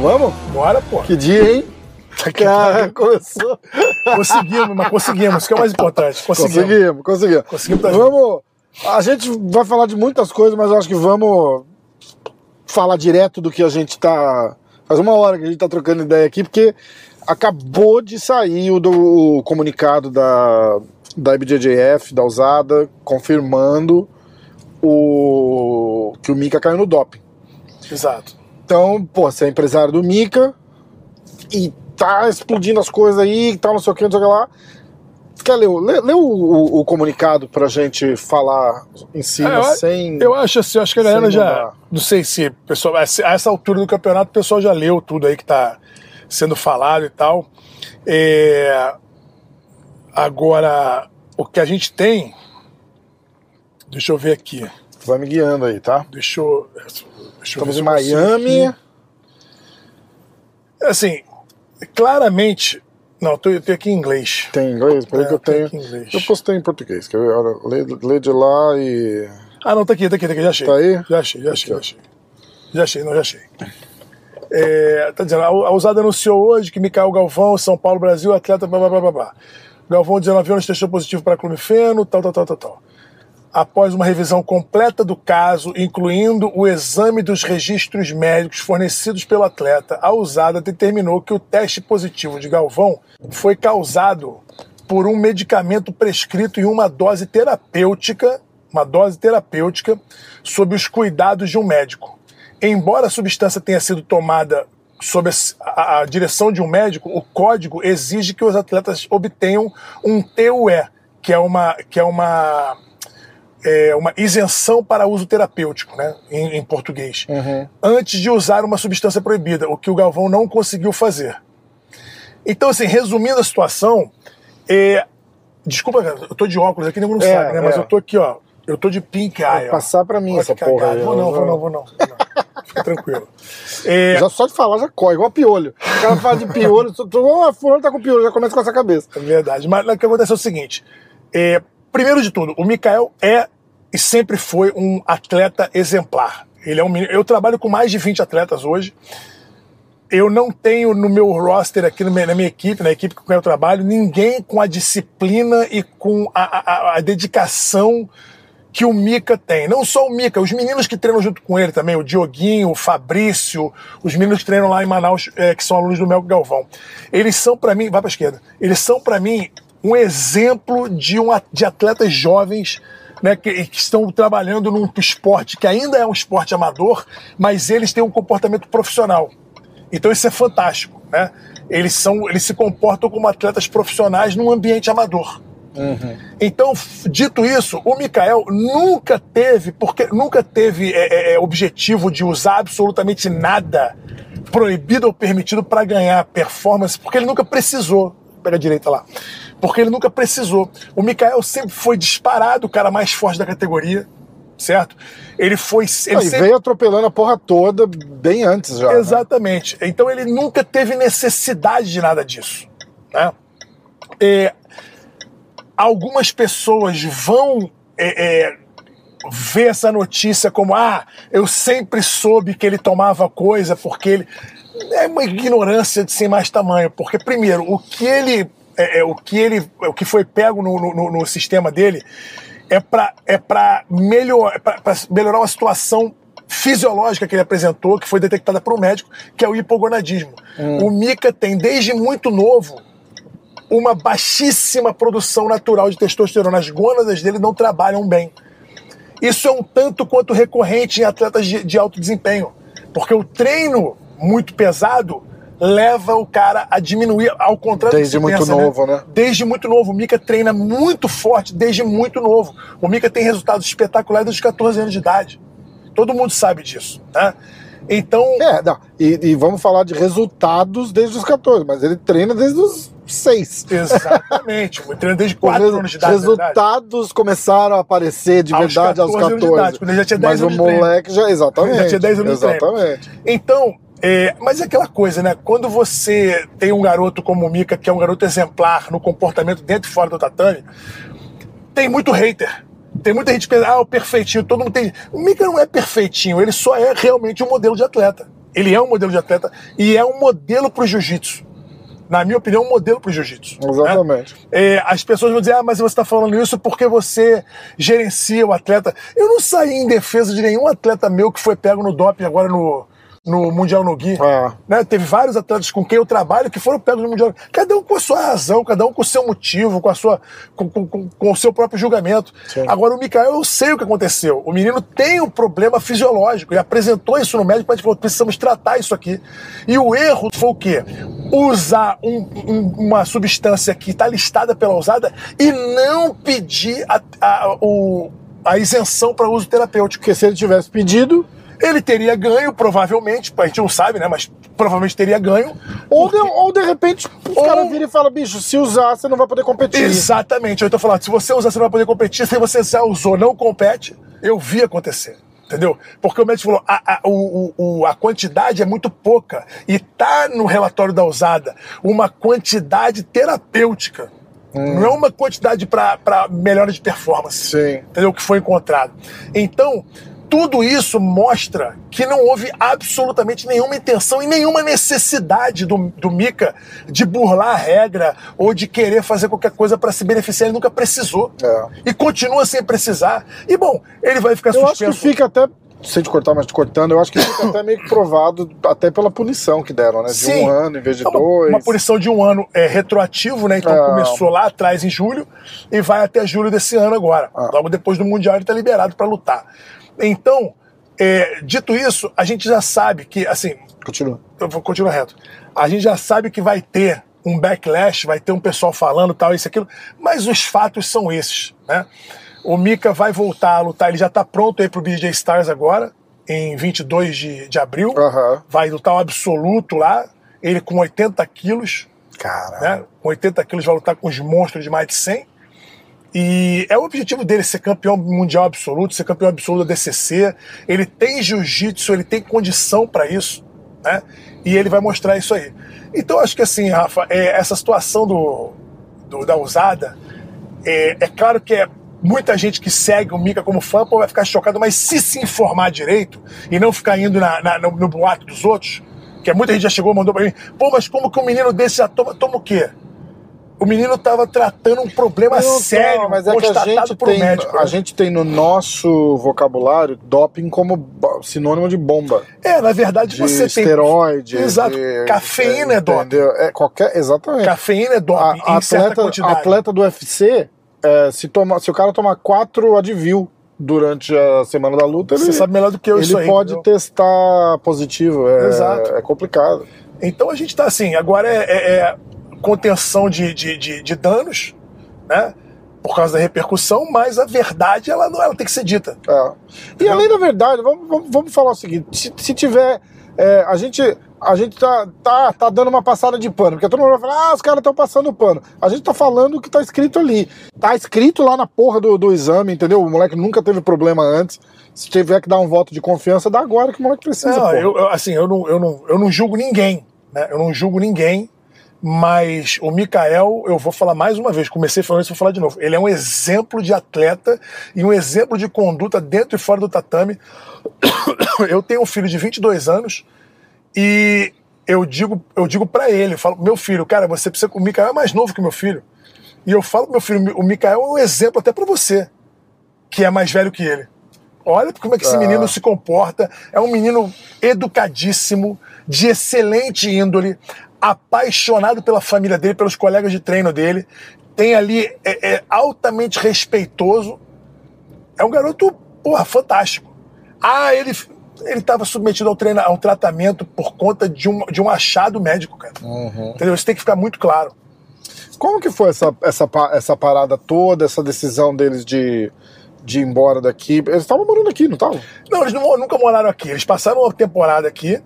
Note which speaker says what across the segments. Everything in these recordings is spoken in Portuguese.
Speaker 1: Vamos?
Speaker 2: Bora, pô.
Speaker 1: Que dia, hein? Cara, começou.
Speaker 2: né? Conseguimos, mas conseguimos, que é o mais importante. Conseguimos.
Speaker 1: Conseguimos, conseguimos.
Speaker 2: Conseguimos tá junto.
Speaker 1: Vamos. A gente vai falar de muitas coisas, mas eu acho que vamos falar direto do que a gente tá. Faz uma hora que a gente tá trocando ideia aqui, porque acabou de sair o, do, o comunicado da, da IBJJF, da usada, confirmando o, que o Mika caiu no doping.
Speaker 2: Exato.
Speaker 1: Então, pô, você é empresário do Mika e tá explodindo as coisas aí, tal, não sei o que, não sei o que lá. Quer ler, o- lê, lê o, o, o comunicado pra gente falar em cima,
Speaker 2: É, eu-
Speaker 1: sem...
Speaker 2: Eu acho assim, eu acho que a galera
Speaker 1: Sem
Speaker 2: já.
Speaker 1: mudar.
Speaker 2: Não sei se o pessoal, a essa- a essa altura do campeonato o pessoal já leu tudo aí que tá sendo falado e tal. É, agora, o que a gente tem. Deixa eu ver aqui.
Speaker 1: Vai me guiando aí, tá?
Speaker 2: Deixa eu. Deixa eu ver
Speaker 1: Estamos
Speaker 2: se
Speaker 1: em
Speaker 2: eu consigo
Speaker 1: Miami.
Speaker 2: aqui. Assim, claramente. Não, eu tô- eu tenho aqui em inglês.
Speaker 1: Tem inglês? Peraí
Speaker 2: É,
Speaker 1: que eu
Speaker 2: tem
Speaker 1: tenho...
Speaker 2: aqui em inglês.
Speaker 1: Eu postei em português, quer ver? Olha, Lê, lê de lá e...
Speaker 2: Ah, não, tá aqui, tá aqui, tá aqui, já achei.
Speaker 1: Tá aí?
Speaker 2: Já achei, já
Speaker 1: Aqui,
Speaker 2: achei,
Speaker 1: ó.
Speaker 2: já achei. Já achei, não, já achei. É, tá dizendo, a, a Usada anunciou hoje que Micael Galvão, São Paulo, Brasil, atleta, blá, blá, blá, blá, blá. Galvão, 19 anos, testou positivo para clomifeno, tal, tal, tal, tal, tal. Após uma revisão completa do caso, incluindo o exame dos registros médicos fornecidos pelo atleta, a usada determinou que o teste positivo de Galvão foi causado por um medicamento prescrito em uma dose terapêutica, uma dose terapêutica, sob os cuidados de um médico. Embora a substância tenha sido tomada sob a, a- a direção de um médico, o código exige que os atletas obtenham um TUE, que é uma, que é uma é, uma isenção para uso terapêutico, né, em, em português,
Speaker 1: Uhum.
Speaker 2: antes de usar uma substância proibida, o que o Galvão não conseguiu fazer. Então, assim, resumindo a situação, é, desculpa, cara, eu tô de óculos aqui, ninguém não
Speaker 1: É,
Speaker 2: sabe, né, mas
Speaker 1: é.
Speaker 2: eu tô aqui, ó, eu tô de pink eye, Ah, é, ó.
Speaker 1: passar pra mim
Speaker 2: Olha
Speaker 1: essa
Speaker 2: que
Speaker 1: porra
Speaker 2: cagada.
Speaker 1: aí,
Speaker 2: Vou
Speaker 1: eu
Speaker 2: não,
Speaker 1: já-
Speaker 2: vou não, vou não, vou não. Fica tranquilo. É,
Speaker 1: Já só de falar já corre, igual piolho. O cara fala de piolho, tu, tu, oh, fulano tá com piolho, já começa com essa cabeça.
Speaker 2: É verdade. Mas o que acontece é o seguinte: é, primeiro de tudo, o Mikael é e sempre foi um atleta exemplar. Ele é um menino. Eu trabalho com mais de 20 atletas hoje. Eu não tenho no meu roster aqui, no meu- na minha equipe, na equipe com quem eu trabalho, ninguém com a disciplina e com a- a- a- a dedicação que o Mika tem. Não só o Mika, os meninos que treinam junto com ele também, o Dioguinho, o Fabrício, os meninos que treinam lá em Manaus, eh, que são alunos do Melco Galvão. Eles são para mim, vai para esquerda. Eles são para mim um exemplo de um at- de atletas jovens né, que, que estão trabalhando num esporte que ainda é um esporte amador, mas eles têm um comportamento profissional. Então isso é fantástico, né? Eles são, eles se comportam como atletas profissionais num ambiente amador. Então, f- dito isso, o Mikael nunca teve, porque nunca teve é, é, é, objetivo de usar absolutamente nada proibido ou permitido para ganhar performance, porque ele nunca precisou. Pega a direita lá. Porque ele nunca precisou. O Mikael sempre foi disparado o cara mais forte da categoria, certo? Ele foi. Ele
Speaker 1: Aí
Speaker 2: sempre-
Speaker 1: veio atropelando a porra toda bem antes já. né?
Speaker 2: Exatamente. Então ele nunca teve necessidade de nada disso. Né? É, algumas pessoas vão é, é, ver essa notícia como: ah, eu sempre soube que ele tomava coisa porque ele. É uma ignorância de sem mais tamanho, porque, primeiro, o que ele. É, é, o que ele. O que foi pego no, no- no- no sistema dele é para é pra melhor, é pra- pra melhorar uma situação fisiológica que ele apresentou, que foi detectada por um médico, que é o hipogonadismo. O Mika tem, desde muito novo, uma baixíssima produção natural de testosterona. As gônadas dele não trabalham bem. Isso é um tanto quanto recorrente em atletas de, de alto desempenho, porque o treino muito pesado leva o cara a diminuir, ao contrário
Speaker 1: Desde
Speaker 2: do que se
Speaker 1: muito
Speaker 2: pensa,
Speaker 1: novo, né?
Speaker 2: Desde muito novo. O Mika treina muito forte desde muito novo. O Mika tem resultados espetaculares desde os 14 anos de idade. Todo mundo sabe disso, né? Então,
Speaker 1: É, não. E, e vamos falar de resultados desde os 14, mas ele treina desde os 6.
Speaker 2: exatamente. O treino desde 4 anos de idade. na verdade.
Speaker 1: resultados começaram a aparecer de
Speaker 2: Aos
Speaker 1: verdade aos
Speaker 2: 14 anos de
Speaker 1: 14.
Speaker 2: idade, quando ele já tinha 10
Speaker 1: mas
Speaker 2: anos
Speaker 1: o
Speaker 2: de treino.
Speaker 1: moleque já. Exatamente.
Speaker 2: Já tinha 10 anos de treino.
Speaker 1: Exatamente.
Speaker 2: Então, É, mas é aquela coisa, né? Quando você tem um garoto como o Mika, que é um garoto exemplar no comportamento dentro e fora do tatame, tem muito hater. Tem muita gente que pensa, ah, o perfeitinho, todo mundo tem. O Mika não é perfeitinho, ele só é realmente um modelo de atleta. Ele é um modelo de atleta e é um modelo para o jiu-jitsu. Na minha opinião, um modelo para o jiu-jitsu.
Speaker 1: Exatamente.
Speaker 2: né? É, as pessoas vão dizer, ah, mas você está falando isso porque você gerencia o atleta. Eu não saí em defesa de nenhum atleta meu que foi pego no doping agora no, no Mundial no Gui.
Speaker 1: É.
Speaker 2: Né? Teve vários atletas com quem eu trabalho que foram pegos no Mundial. Cada um com a sua razão, cada um com o seu motivo, com, a sua, com, com- com- com o seu próprio julgamento.
Speaker 1: Sim.
Speaker 2: Agora, o Mikael, eu sei o que aconteceu. O menino tem um problema fisiológico. Ele apresentou isso no médico, mas a gente falou, precisamos tratar isso aqui. E o erro foi o quê? Usar um- um- uma substância que está listada pela usada e não pedir a, a- o- a isenção para uso terapêutico.
Speaker 1: Porque se ele tivesse pedido,
Speaker 2: Ele teria ganho, provavelmente, a gente não sabe, né? Mas provavelmente teria ganho.
Speaker 1: ou de, ou de repente os
Speaker 2: Ou-
Speaker 1: caras viram e falam, bicho, se usar, você não vai poder competir.
Speaker 2: Exatamente. Eu tô falando, se você usar, você não vai poder competir. Se você já usou, não compete, eu vi acontecer. Entendeu? Porque o médico falou, a, a, o- o- o- a quantidade é muito pouca. E tá no relatório da usada uma quantidade terapêutica. Não é uma quantidade para melhora de performance.
Speaker 1: Sim.
Speaker 2: entendeu? é Que foi encontrado. Então, tudo isso mostra que não houve absolutamente nenhuma intenção e nenhuma necessidade do, do Mika de burlar a regra ou de querer fazer qualquer coisa para se beneficiar. Ele nunca precisou.
Speaker 1: É.
Speaker 2: E continua sem precisar. E bom, ele vai ficar
Speaker 1: Eu acho que
Speaker 2: suspenso.
Speaker 1: fica até. Sem te cortar, mas te cortando, eu acho que fica até meio que provado, até pela punição que deram, né? De
Speaker 2: Sim.
Speaker 1: um ano em vez de
Speaker 2: É uma,
Speaker 1: dois.
Speaker 2: Uma punição de um ano é retroativo, né? Então
Speaker 1: Ah.
Speaker 2: começou lá atrás em julho e vai até julho desse ano agora.
Speaker 1: Ah.
Speaker 2: Logo depois do Mundial ele tá liberado para lutar. Então, é, dito isso, a gente já sabe que, assim,
Speaker 1: Continua.
Speaker 2: eu vou continuar reto. A gente já sabe que vai ter um backlash, vai ter um pessoal falando tal, isso, aquilo, mas os fatos são esses, né? O Mika vai voltar a lutar, ele já tá pronto aí pro BJ Stars agora, em 22 de, de abril.
Speaker 1: Aham.
Speaker 2: Vai lutar o absoluto lá, ele com 80 quilos,
Speaker 1: Cara.
Speaker 2: né? Com 80 quilos vai lutar com os monstros de mais de 100. E é o objetivo dele ser campeão mundial absoluto, ser campeão absoluto da DCC. Ele tem jiu-jitsu, ele tem condição para isso, né? E ele vai mostrar isso aí. Então acho que assim, Rafa, é, essa situação do, do- da usada, é, é claro que é muita gente que segue o Mika como fã pô, vai ficar chocado, mas se se informar direito e não ficar indo na- na- no, no boato dos outros, que é muita gente já chegou e mandou pra mim, pô, mas como que um menino desse já toma, toma o quê? O menino tava tratando um problema
Speaker 1: Não,
Speaker 2: sério,
Speaker 1: não, mas é que a
Speaker 2: constatado
Speaker 1: gente,
Speaker 2: por um
Speaker 1: tem,
Speaker 2: médico.
Speaker 1: a
Speaker 2: né?
Speaker 1: gente tem no nosso vocabulário doping como bo- sinônimo de bomba.
Speaker 2: É, na verdade
Speaker 1: De
Speaker 2: você tem.
Speaker 1: esteroide.
Speaker 2: Exato.
Speaker 1: de-
Speaker 2: Cafeína é doping.
Speaker 1: entendeu? É, qualquer, exatamente.
Speaker 2: Cafeína é
Speaker 1: A-
Speaker 2: doping em certa
Speaker 1: atleta,
Speaker 2: quantidade.
Speaker 1: atleta do UFC, é, se, toma, se o cara tomar quatro Advil durante a semana da luta, ele,
Speaker 2: Você sabe melhor do que eu
Speaker 1: ele
Speaker 2: isso aí.
Speaker 1: pode
Speaker 2: entendeu?
Speaker 1: testar positivo. É,
Speaker 2: Exato.
Speaker 1: é complicado.
Speaker 2: Então a gente está assim, agora é, é- é contenção de, de, de- de danos, né? Por causa da repercussão, mas a verdade ela não ela tem que ser dita.
Speaker 1: É. E além da verdade, vamos, vamos, vamos falar o seguinte: se, se tiver. é, a gente, a gente tá, tá, tá dando uma passada de pano, porque todo mundo vai falar, ah, os caras estão passando pano. A gente tá falando o que tá escrito ali. Tá escrito lá na porra do, do exame, entendeu? O moleque nunca teve problema antes. Se tiver que dar um voto de confiança, dá agora que o moleque precisa.
Speaker 2: Não,
Speaker 1: porra.
Speaker 2: eu, eu, assim, eu não, eu, não, eu não julgo ninguém, né? Eu não julgo ninguém, mas o Mikael, eu vou falar mais uma vez, comecei falando isso, vou falar de novo. Ele é um exemplo de atleta e um exemplo de conduta dentro e fora do tatame. Eu tenho um filho de 22 anos e eu digo, eu digo para ele, eu falo, meu filho, cara, você precisa, o Mikael é mais novo que meu filho. E eu falo pro meu filho, o Mikael é um exemplo até para você, que é mais velho que ele. Olha como é que esse
Speaker 1: Ah.
Speaker 2: menino se comporta. É um menino educadíssimo, de excelente índole, apaixonado pela família dele, pelos colegas de treino dele. Tem ali, é, é altamente respeitoso. É um garoto, porra, fantástico. Ah, ele ele estava submetido ao treino, a um tratamento por conta de um, de um achado médico, cara. Entendeu? Isso tem que ficar muito claro.
Speaker 1: Como que foi essa, essa, pa- essa parada toda, essa decisão deles de, de ir embora daqui? Eles estavam morando aqui, não estavam?
Speaker 2: Não, eles não- nunca moraram aqui. Eles passaram uma temporada aqui.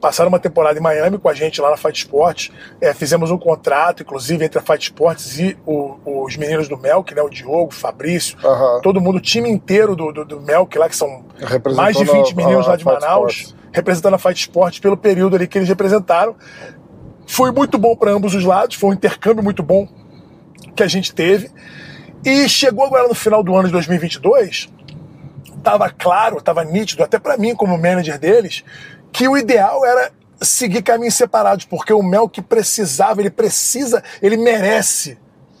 Speaker 2: passaram uma temporada em Miami com a gente lá na Fight Sports. É, fizemos um contrato, inclusive, entre a Fight Sports e o- os meninos do Melk, né? O Diogo, o Fabrício,
Speaker 1: Aham.
Speaker 2: todo mundo, o time inteiro do, do, do Melk lá, que são
Speaker 1: Representando
Speaker 2: mais de 20
Speaker 1: a-
Speaker 2: meninos
Speaker 1: a
Speaker 2: lá de
Speaker 1: Fight
Speaker 2: Manaus,
Speaker 1: Sports.
Speaker 2: representando a Fight Sports pelo período ali que eles representaram. Foi muito bom para ambos os lados, foi um intercâmbio muito bom que a gente teve. E chegou agora no final do ano de 2022, estava claro, estava nítido, até para mim como manager deles, que o ideal era seguir caminhos separados, porque o Mel que precisava, ele precisa, ele merece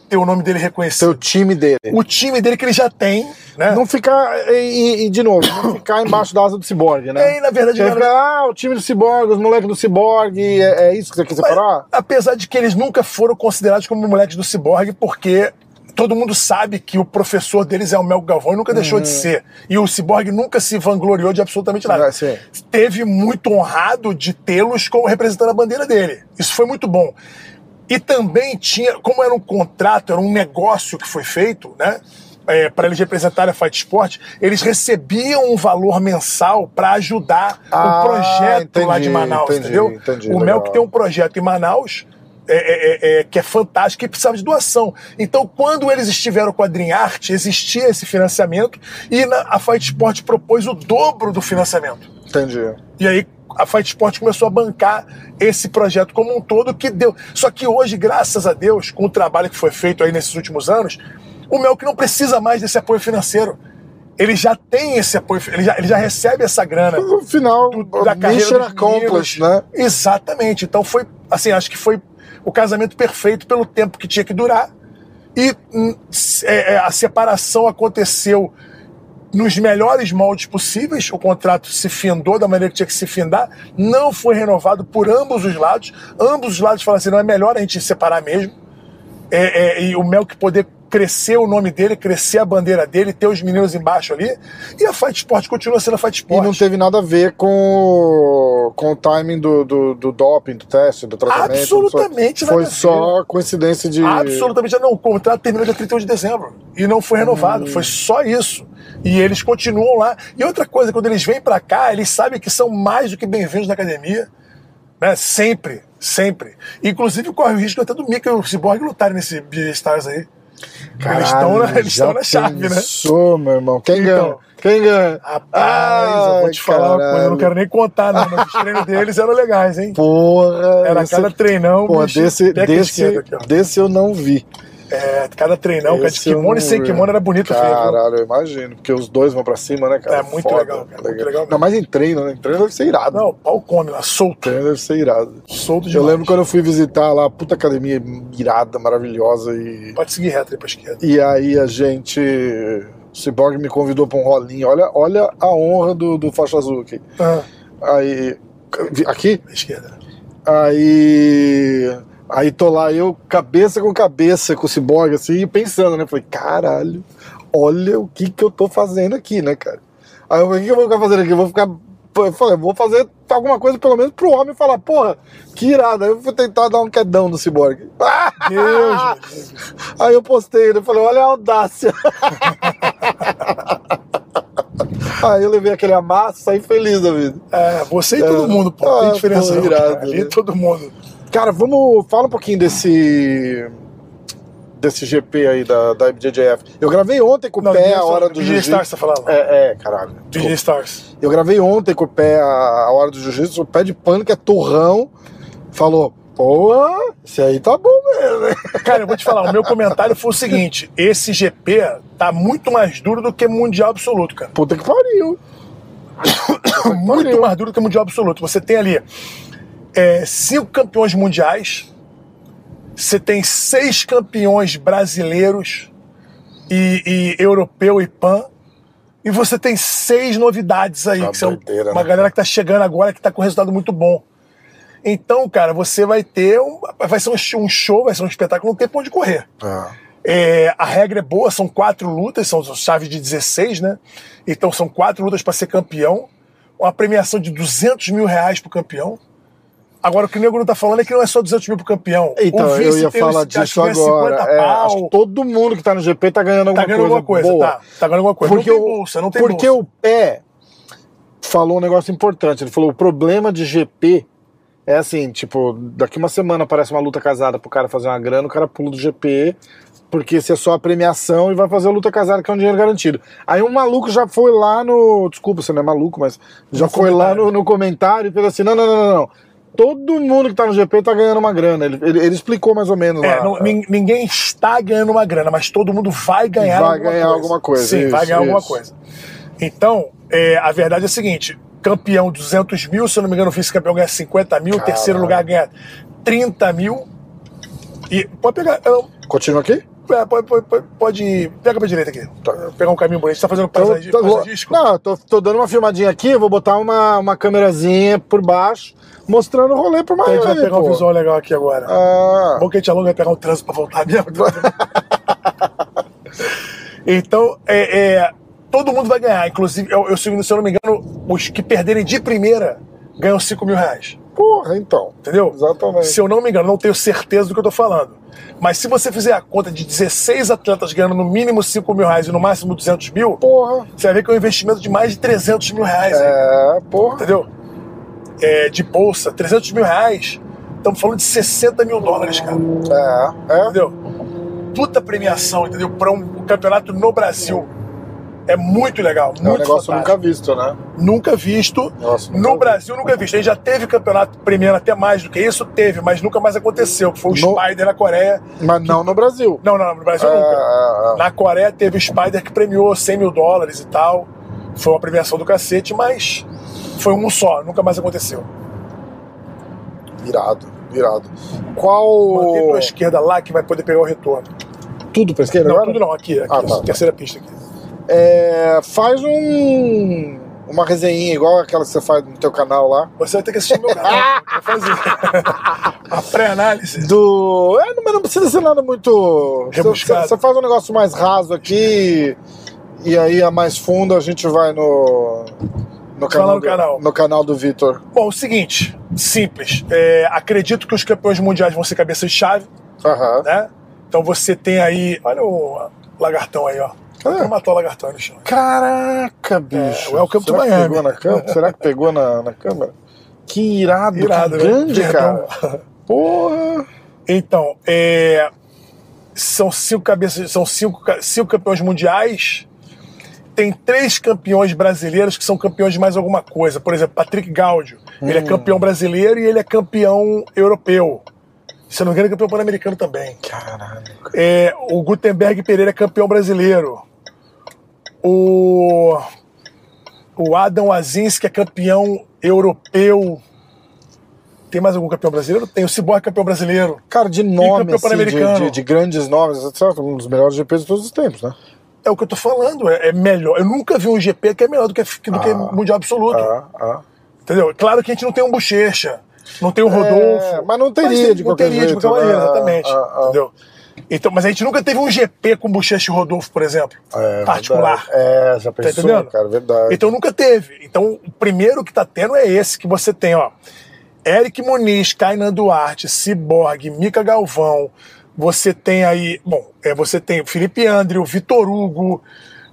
Speaker 2: ter o nome dele reconhecido.
Speaker 1: Seu time dele.
Speaker 2: O time dele que ele já tem, né?
Speaker 1: Não ficar, e, e- e, de novo, não ficar embaixo da asa do Cyborg, né?
Speaker 2: É, e, na verdade,
Speaker 1: Ele
Speaker 2: na-
Speaker 1: fica, ah, o time do Cyborg, os moleques do Cyborg, é, é isso que você quer
Speaker 2: Mas,
Speaker 1: separar?
Speaker 2: apesar de que eles nunca foram considerados como moleques do ciborgue, porque todo mundo sabe que o professor deles é o Mel Galvão e nunca deixou de ser. E o ciborgue nunca se vangloriou de absolutamente nada.
Speaker 1: Hum. Ah, sim.
Speaker 2: Teve muito honrado de tê-los como representando a bandeira dele. Isso foi muito bom. E também tinha, como era um contrato, era um negócio que foi feito, né? para eles representarem a Fight Sport, eles recebiam um valor mensal para ajudar
Speaker 1: Ah,
Speaker 2: o Um projeto lá de
Speaker 1: entendi,
Speaker 2: Manaus,
Speaker 1: entendi,
Speaker 2: entendeu?
Speaker 1: entendi,
Speaker 2: o Mel
Speaker 1: legal.
Speaker 2: que tem um projeto em Manaus é, é, é, é, que é fantástico e precisava de doação. Então, quando eles estiveram com a Dream Art, existia esse financiamento e na- a Fight Sport propôs o dobro do financiamento.
Speaker 1: Entendi.
Speaker 2: E aí a Fight Sport começou a bancar esse projeto como um todo que deu. Só que hoje, graças a Deus, com o trabalho que foi feito aí nesses últimos anos, o Melk não precisa mais desse apoio financeiro. Ele já tem esse apoio, ele já, ele já recebe essa grana
Speaker 1: No final,
Speaker 2: da carreira
Speaker 1: Então, mission
Speaker 2: dos
Speaker 1: accomplished,
Speaker 2: meninos.
Speaker 1: né?
Speaker 2: Exatamente. Então foi, assim, acho que foi o casamento perfeito pelo tempo que tinha que durar. E hum, se- é, é, a separação aconteceu nos melhores moldes possíveis. O contrato se findou da maneira que tinha que se findar. Não foi renovado por ambos os lados. Ambos os lados falaram assim: não, é melhor a gente separar mesmo. É, é, e o Melk poder crescer o nome dele, crescer a bandeira dele, ter os meninos embaixo ali. E a Fight Sport continua sendo a
Speaker 1: E
Speaker 2: Fight Sport.
Speaker 1: não teve nada a ver com o, com o timing do, do, do doping, do teste, do tratamento. não foi-
Speaker 2: Absolutamente nada
Speaker 1: Foi
Speaker 2: a ver.
Speaker 1: só coincidência de.
Speaker 2: Absolutamente não. O contrato terminou dia 31 de dezembro e não foi renovado.
Speaker 1: Hum.
Speaker 2: Foi só isso. E eles continuam lá. E outra coisa, quando eles vêm pra cá, eles sabem que são mais do que bem-vindos na academia. Né? Sempre, sempre. Inclusive corre o risco até do Mika e o Cyborg lutarem nesse Beastars aí.
Speaker 1: Caralho,
Speaker 2: eles estão na, eles
Speaker 1: já
Speaker 2: estão na chave, né?
Speaker 1: pensou, meu irmão. Quem
Speaker 2: Então,
Speaker 1: ganha? Quem ganha?
Speaker 2: Rapaz, eu vou te
Speaker 1: Ai,
Speaker 2: falar uma coisa, eu não
Speaker 1: caralho.
Speaker 2: quero nem contar, não, mas os treinos deles eram legais, hein?
Speaker 1: Porra.
Speaker 2: Era
Speaker 1: esse-
Speaker 2: cada treinão,
Speaker 1: Pô,
Speaker 2: bicho,
Speaker 1: desse,
Speaker 2: pé com esquerda
Speaker 1: desse,
Speaker 2: aqui, ó.
Speaker 1: desse eu não vi.
Speaker 2: É, cada treinão, cara, de
Speaker 1: Esse eu
Speaker 2: kimono
Speaker 1: não
Speaker 2: e sem
Speaker 1: vi.
Speaker 2: kimono era bonito, feio, viu?
Speaker 1: Caralho, eu imagino. Porque os dois vão pra cima, né, cara?
Speaker 2: É muito
Speaker 1: Foda,
Speaker 2: legal, cara, muito legal mesmo.
Speaker 1: Ainda mais em treino, né? Em treino deve ser irado.
Speaker 2: Não, o pau come lá, solto.
Speaker 1: Treino deve ser irado.
Speaker 2: Solto
Speaker 1: Eu
Speaker 2: demais.
Speaker 1: lembro quando eu fui visitar lá, puta academia irada, maravilhosa e.
Speaker 2: Pode seguir reto aí pra esquerda.
Speaker 1: E aí a gente. O Cyborg me convidou pra um rolinho. Olha, olha a honra do, do Faixa Azul aqui.
Speaker 2: Ah,
Speaker 1: Aí. Aqui?
Speaker 2: pra esquerda.
Speaker 1: Aí. Aí tô lá, eu cabeça com cabeça com o Cyborg, assim, e pensando, né? Falei, caralho, olha o que que eu tô fazendo aqui, né, cara? Aí eu falei, o que que eu vou ficar fazendo aqui? Eu vou ficar. Eu falei, vou fazer alguma coisa, pelo menos, pro homem falar, porra, que irada. Aí eu fui tentar dar um quedão no Cyborg.
Speaker 2: Deus, meu Deus.
Speaker 1: Aí eu postei, né? Falei, olha a audácia. Aí eu levei aquele amasso, saí feliz da vida.
Speaker 2: É, você e todo
Speaker 1: É.
Speaker 2: mundo, pô, não
Speaker 1: Ah,
Speaker 2: tem diferença
Speaker 1: pô,
Speaker 2: não,
Speaker 1: irado,
Speaker 2: cara. Ali
Speaker 1: né?
Speaker 2: todo mundo.
Speaker 1: Cara, vamos. Fala um pouquinho desse. Desse GP aí da, da IBJJF. Eu gravei ontem com o pé é
Speaker 2: DJ
Speaker 1: a hora do
Speaker 2: DJ Stars,
Speaker 1: jiu-jitsu.
Speaker 2: tá falando?
Speaker 1: É, é, caralho.
Speaker 2: DJ Stars.
Speaker 1: Eu gravei ontem com o pé a, a hora do jiu-jitsu. O pé de pano, que é torrão, falou: Pô, esse aí tá bom mesmo, hein?
Speaker 2: Cara, eu vou te falar, o meu comentário foi o seguinte: esse GP tá muito mais duro do que Mundial Absoluto, cara.
Speaker 1: Puta que pariu.
Speaker 2: muito mais duro que o Mundial Absoluto. Você tem ali é, cinco campeões mundiais, você tem seis campeões brasileiros e, e europeu e pan, e você tem seis novidades aí.
Speaker 1: Uma
Speaker 2: que são
Speaker 1: doideira,
Speaker 2: uma
Speaker 1: né?
Speaker 2: galera que tá chegando agora que tá com resultado muito bom. Então, cara, você vai ter. um- vai ser um show- um show, vai ser um espetáculo, não tem pra onde correr.
Speaker 1: Ah,
Speaker 2: É, a regra é boa, são quatro lutas, são chaves de 16, né? Então são quatro lutas para ser campeão, uma premiação de 200 mil reais pro campeão. Agora, o que o Negro não tá falando é que não é só 200 mil pro campeão.
Speaker 1: Então,
Speaker 2: o
Speaker 1: eu
Speaker 2: vice
Speaker 1: ia
Speaker 2: tem os-
Speaker 1: falar
Speaker 2: acho que
Speaker 1: disso
Speaker 2: ganha 50
Speaker 1: agora. É,
Speaker 2: pau,
Speaker 1: acho que todo mundo que tá no GP tá ganhando
Speaker 2: tá
Speaker 1: alguma coisa.
Speaker 2: ganhando alguma coisa,
Speaker 1: boa.
Speaker 2: tá? Tá ganhando alguma coisa.
Speaker 1: Porque,
Speaker 2: não tem
Speaker 1: o-
Speaker 2: bolsa, não tem
Speaker 1: porque
Speaker 2: bolsa.
Speaker 1: o pé falou um negócio importante. Ele falou: o problema de GP é assim, tipo, daqui uma semana parece uma luta casada pro cara fazer uma grana, o cara pula do GP, porque se é só a premiação e vai fazer a luta casada, que é um dinheiro garantido. Aí um maluco já foi lá no. Desculpa, você não é maluco, mas já
Speaker 2: No
Speaker 1: foi lá
Speaker 2: comentário.
Speaker 1: no, no comentário e fez assim: não, não, não, não, não. Todo mundo que tá no GP tá ganhando uma grana. Ele, ele- ele explicou mais ou menos
Speaker 2: É,
Speaker 1: lá.
Speaker 2: não- nin- ninguém está ganhando uma grana, mas todo mundo vai ganhar
Speaker 1: Vai
Speaker 2: alguma
Speaker 1: ganhar
Speaker 2: coisa.
Speaker 1: alguma coisa,
Speaker 2: Sim, vai
Speaker 1: isso,
Speaker 2: ganhar alguma
Speaker 1: isso.
Speaker 2: coisa. Então, é, a verdade é a seguinte: campeão 200 mil, se eu não me engano, o vice-campeão ganha 50 mil,
Speaker 1: Caralho.
Speaker 2: terceiro lugar ganha 30 mil. E pode pegar. eu-
Speaker 1: Continua aqui?
Speaker 2: é, pode, pode, pode- pode- Pega pra direita aqui.
Speaker 1: Tá.
Speaker 2: Pegar um caminho bonito. Você tá fazendo
Speaker 1: Então,
Speaker 2: paisagi-
Speaker 1: tá-
Speaker 2: paisagístico?
Speaker 1: não, eu tô, tô dando uma filmadinha aqui, eu vou botar uma, uma câmerazinha por baixo, mostrando o rolê pro
Speaker 2: Então a
Speaker 1: Miami.
Speaker 2: gente vai pegar um
Speaker 1: pô.
Speaker 2: visual legal aqui agora.
Speaker 1: Ah,
Speaker 2: Bom que a gente alonga vai pegar um trânsito pra voltar mesmo. né? então, é, é, todo mundo vai ganhar. Inclusive, eu, eu, sigo- se eu não me engano, os que perderem de primeira ganham 5 mil reais.
Speaker 1: porra, então.
Speaker 2: Entendeu?
Speaker 1: Exatamente.
Speaker 2: Se eu não me engano, não tenho certeza do que eu tô falando. Mas se você fizer a conta de 16 atletas ganhando no mínimo 5 mil reais e no máximo 200 mil,
Speaker 1: Porra.
Speaker 2: você vai ver que é um investimento de mais de 300 mil reais. aí
Speaker 1: É, porra.
Speaker 2: entendeu? É, de bolsa, 300 mil reais, estamos falando de 60 mil dólares, cara,
Speaker 1: É, é.
Speaker 2: entendeu? Puta premiação, entendeu? Para um campeonato no Brasil. É muito legal,
Speaker 1: É um
Speaker 2: muito
Speaker 1: negócio
Speaker 2: fantástico.
Speaker 1: nunca visto, né?
Speaker 2: Nunca visto.
Speaker 1: Nossa, nunca
Speaker 2: no
Speaker 1: vi.
Speaker 2: Brasil, nunca visto. A gente já teve campeonato premiando até mais do que isso, teve, mas nunca mais aconteceu. que Foi o
Speaker 1: No-
Speaker 2: Spider na Coreia.
Speaker 1: Mas não no Brasil.
Speaker 2: Não, não, no Brasil
Speaker 1: É,
Speaker 2: nunca.
Speaker 1: é, é.
Speaker 2: Na Coreia teve o Spider que premiou 100 mil dólares e tal. Foi uma premiação do cacete, mas foi um só, nunca mais aconteceu.
Speaker 1: Virado, virado. é. Qual.
Speaker 2: Mantém pra esquerda lá que vai poder pegar o retorno.
Speaker 1: Tudo pra esquerda
Speaker 2: Não,
Speaker 1: agora?
Speaker 2: tudo não, aqui, aqui
Speaker 1: Ah, tá.
Speaker 2: terceira pista aqui.
Speaker 1: É, faz um. Uma resenhinha igual aquela que você faz no teu canal lá.
Speaker 2: Você vai ter que assistir meu canal. Vou fazer. A pré-análise.
Speaker 1: Do. É, não, mas não precisa ser nada muito. Você-
Speaker 2: Rebuscado.
Speaker 1: Você você faz um negócio mais raso aqui. E aí a mais fundo a gente vai no. No
Speaker 2: lá
Speaker 1: canal,
Speaker 2: no
Speaker 1: do,
Speaker 2: canal.
Speaker 1: no canal do Vitor.
Speaker 2: Bom, o seguinte, simples. É, acredito que os campeões mundiais vão ser cabeça de chave,
Speaker 1: Aham.
Speaker 2: né? Então você tem aí. Olha o lagartão aí, ó.
Speaker 1: É.
Speaker 2: Vou matar o lagartão aí no chão.
Speaker 1: Caraca, bicho.
Speaker 2: welcome to
Speaker 1: Será que
Speaker 2: Miami.
Speaker 1: Pegou na câmera? Será que pegou na, na câmera? Que irado,
Speaker 2: Irado,
Speaker 1: que
Speaker 2: né?
Speaker 1: grande,
Speaker 2: Verdão.
Speaker 1: cara. Porra.
Speaker 2: Então, é, são cinco cabeças, são cinco, ca- cinco campeões mundiais. Tem três campeões brasileiros que são campeões de mais alguma coisa. Por exemplo, Patrick Gaudio. Ele é campeão brasileiro e ele é campeão europeu. Se eu não me engano, ele é campeão pan-americano também.
Speaker 1: Caralho. cara.
Speaker 2: É, o Gutenberg Pereira é campeão brasileiro. O, o Adam Azinski é campeão europeu. Tem mais algum campeão brasileiro? Tem o Cyborg campeão brasileiro.
Speaker 1: Cara, de nome,
Speaker 2: campeão
Speaker 1: assim, de,
Speaker 2: pan-americano.
Speaker 1: de- de grandes nomes, etc. Um dos melhores GPs de todos os tempos, né?
Speaker 2: É o que eu tô falando, é, é melhor. Eu nunca vi um GP que é melhor do que, do que Mundial Absoluto.
Speaker 1: Ah, ah.
Speaker 2: Entendeu? Claro que a gente não tem um bochecha, não tem um Rodolfo.
Speaker 1: É, mas não teria
Speaker 2: tem-
Speaker 1: de
Speaker 2: não
Speaker 1: qualquer
Speaker 2: teria de
Speaker 1: jeito,
Speaker 2: qualquer maneira,
Speaker 1: né?
Speaker 2: exatamente.
Speaker 1: Ah, ah.
Speaker 2: Entendeu? Então, mas a gente nunca teve um GP com bochecha e Rodolfo, por exemplo.
Speaker 1: É,
Speaker 2: particular.
Speaker 1: verdade. É, já
Speaker 2: Tá
Speaker 1: pensou,
Speaker 2: entendendo?
Speaker 1: cara, verdade.
Speaker 2: Então nunca teve. Então o primeiro que tá tendo é esse que você tem, ó. Eric Muniz, Kainan Duarte, Cyborg, Mica Galvão. Você tem aí, bom, é, você tem o Felipe Andrew, Vitor Hugo,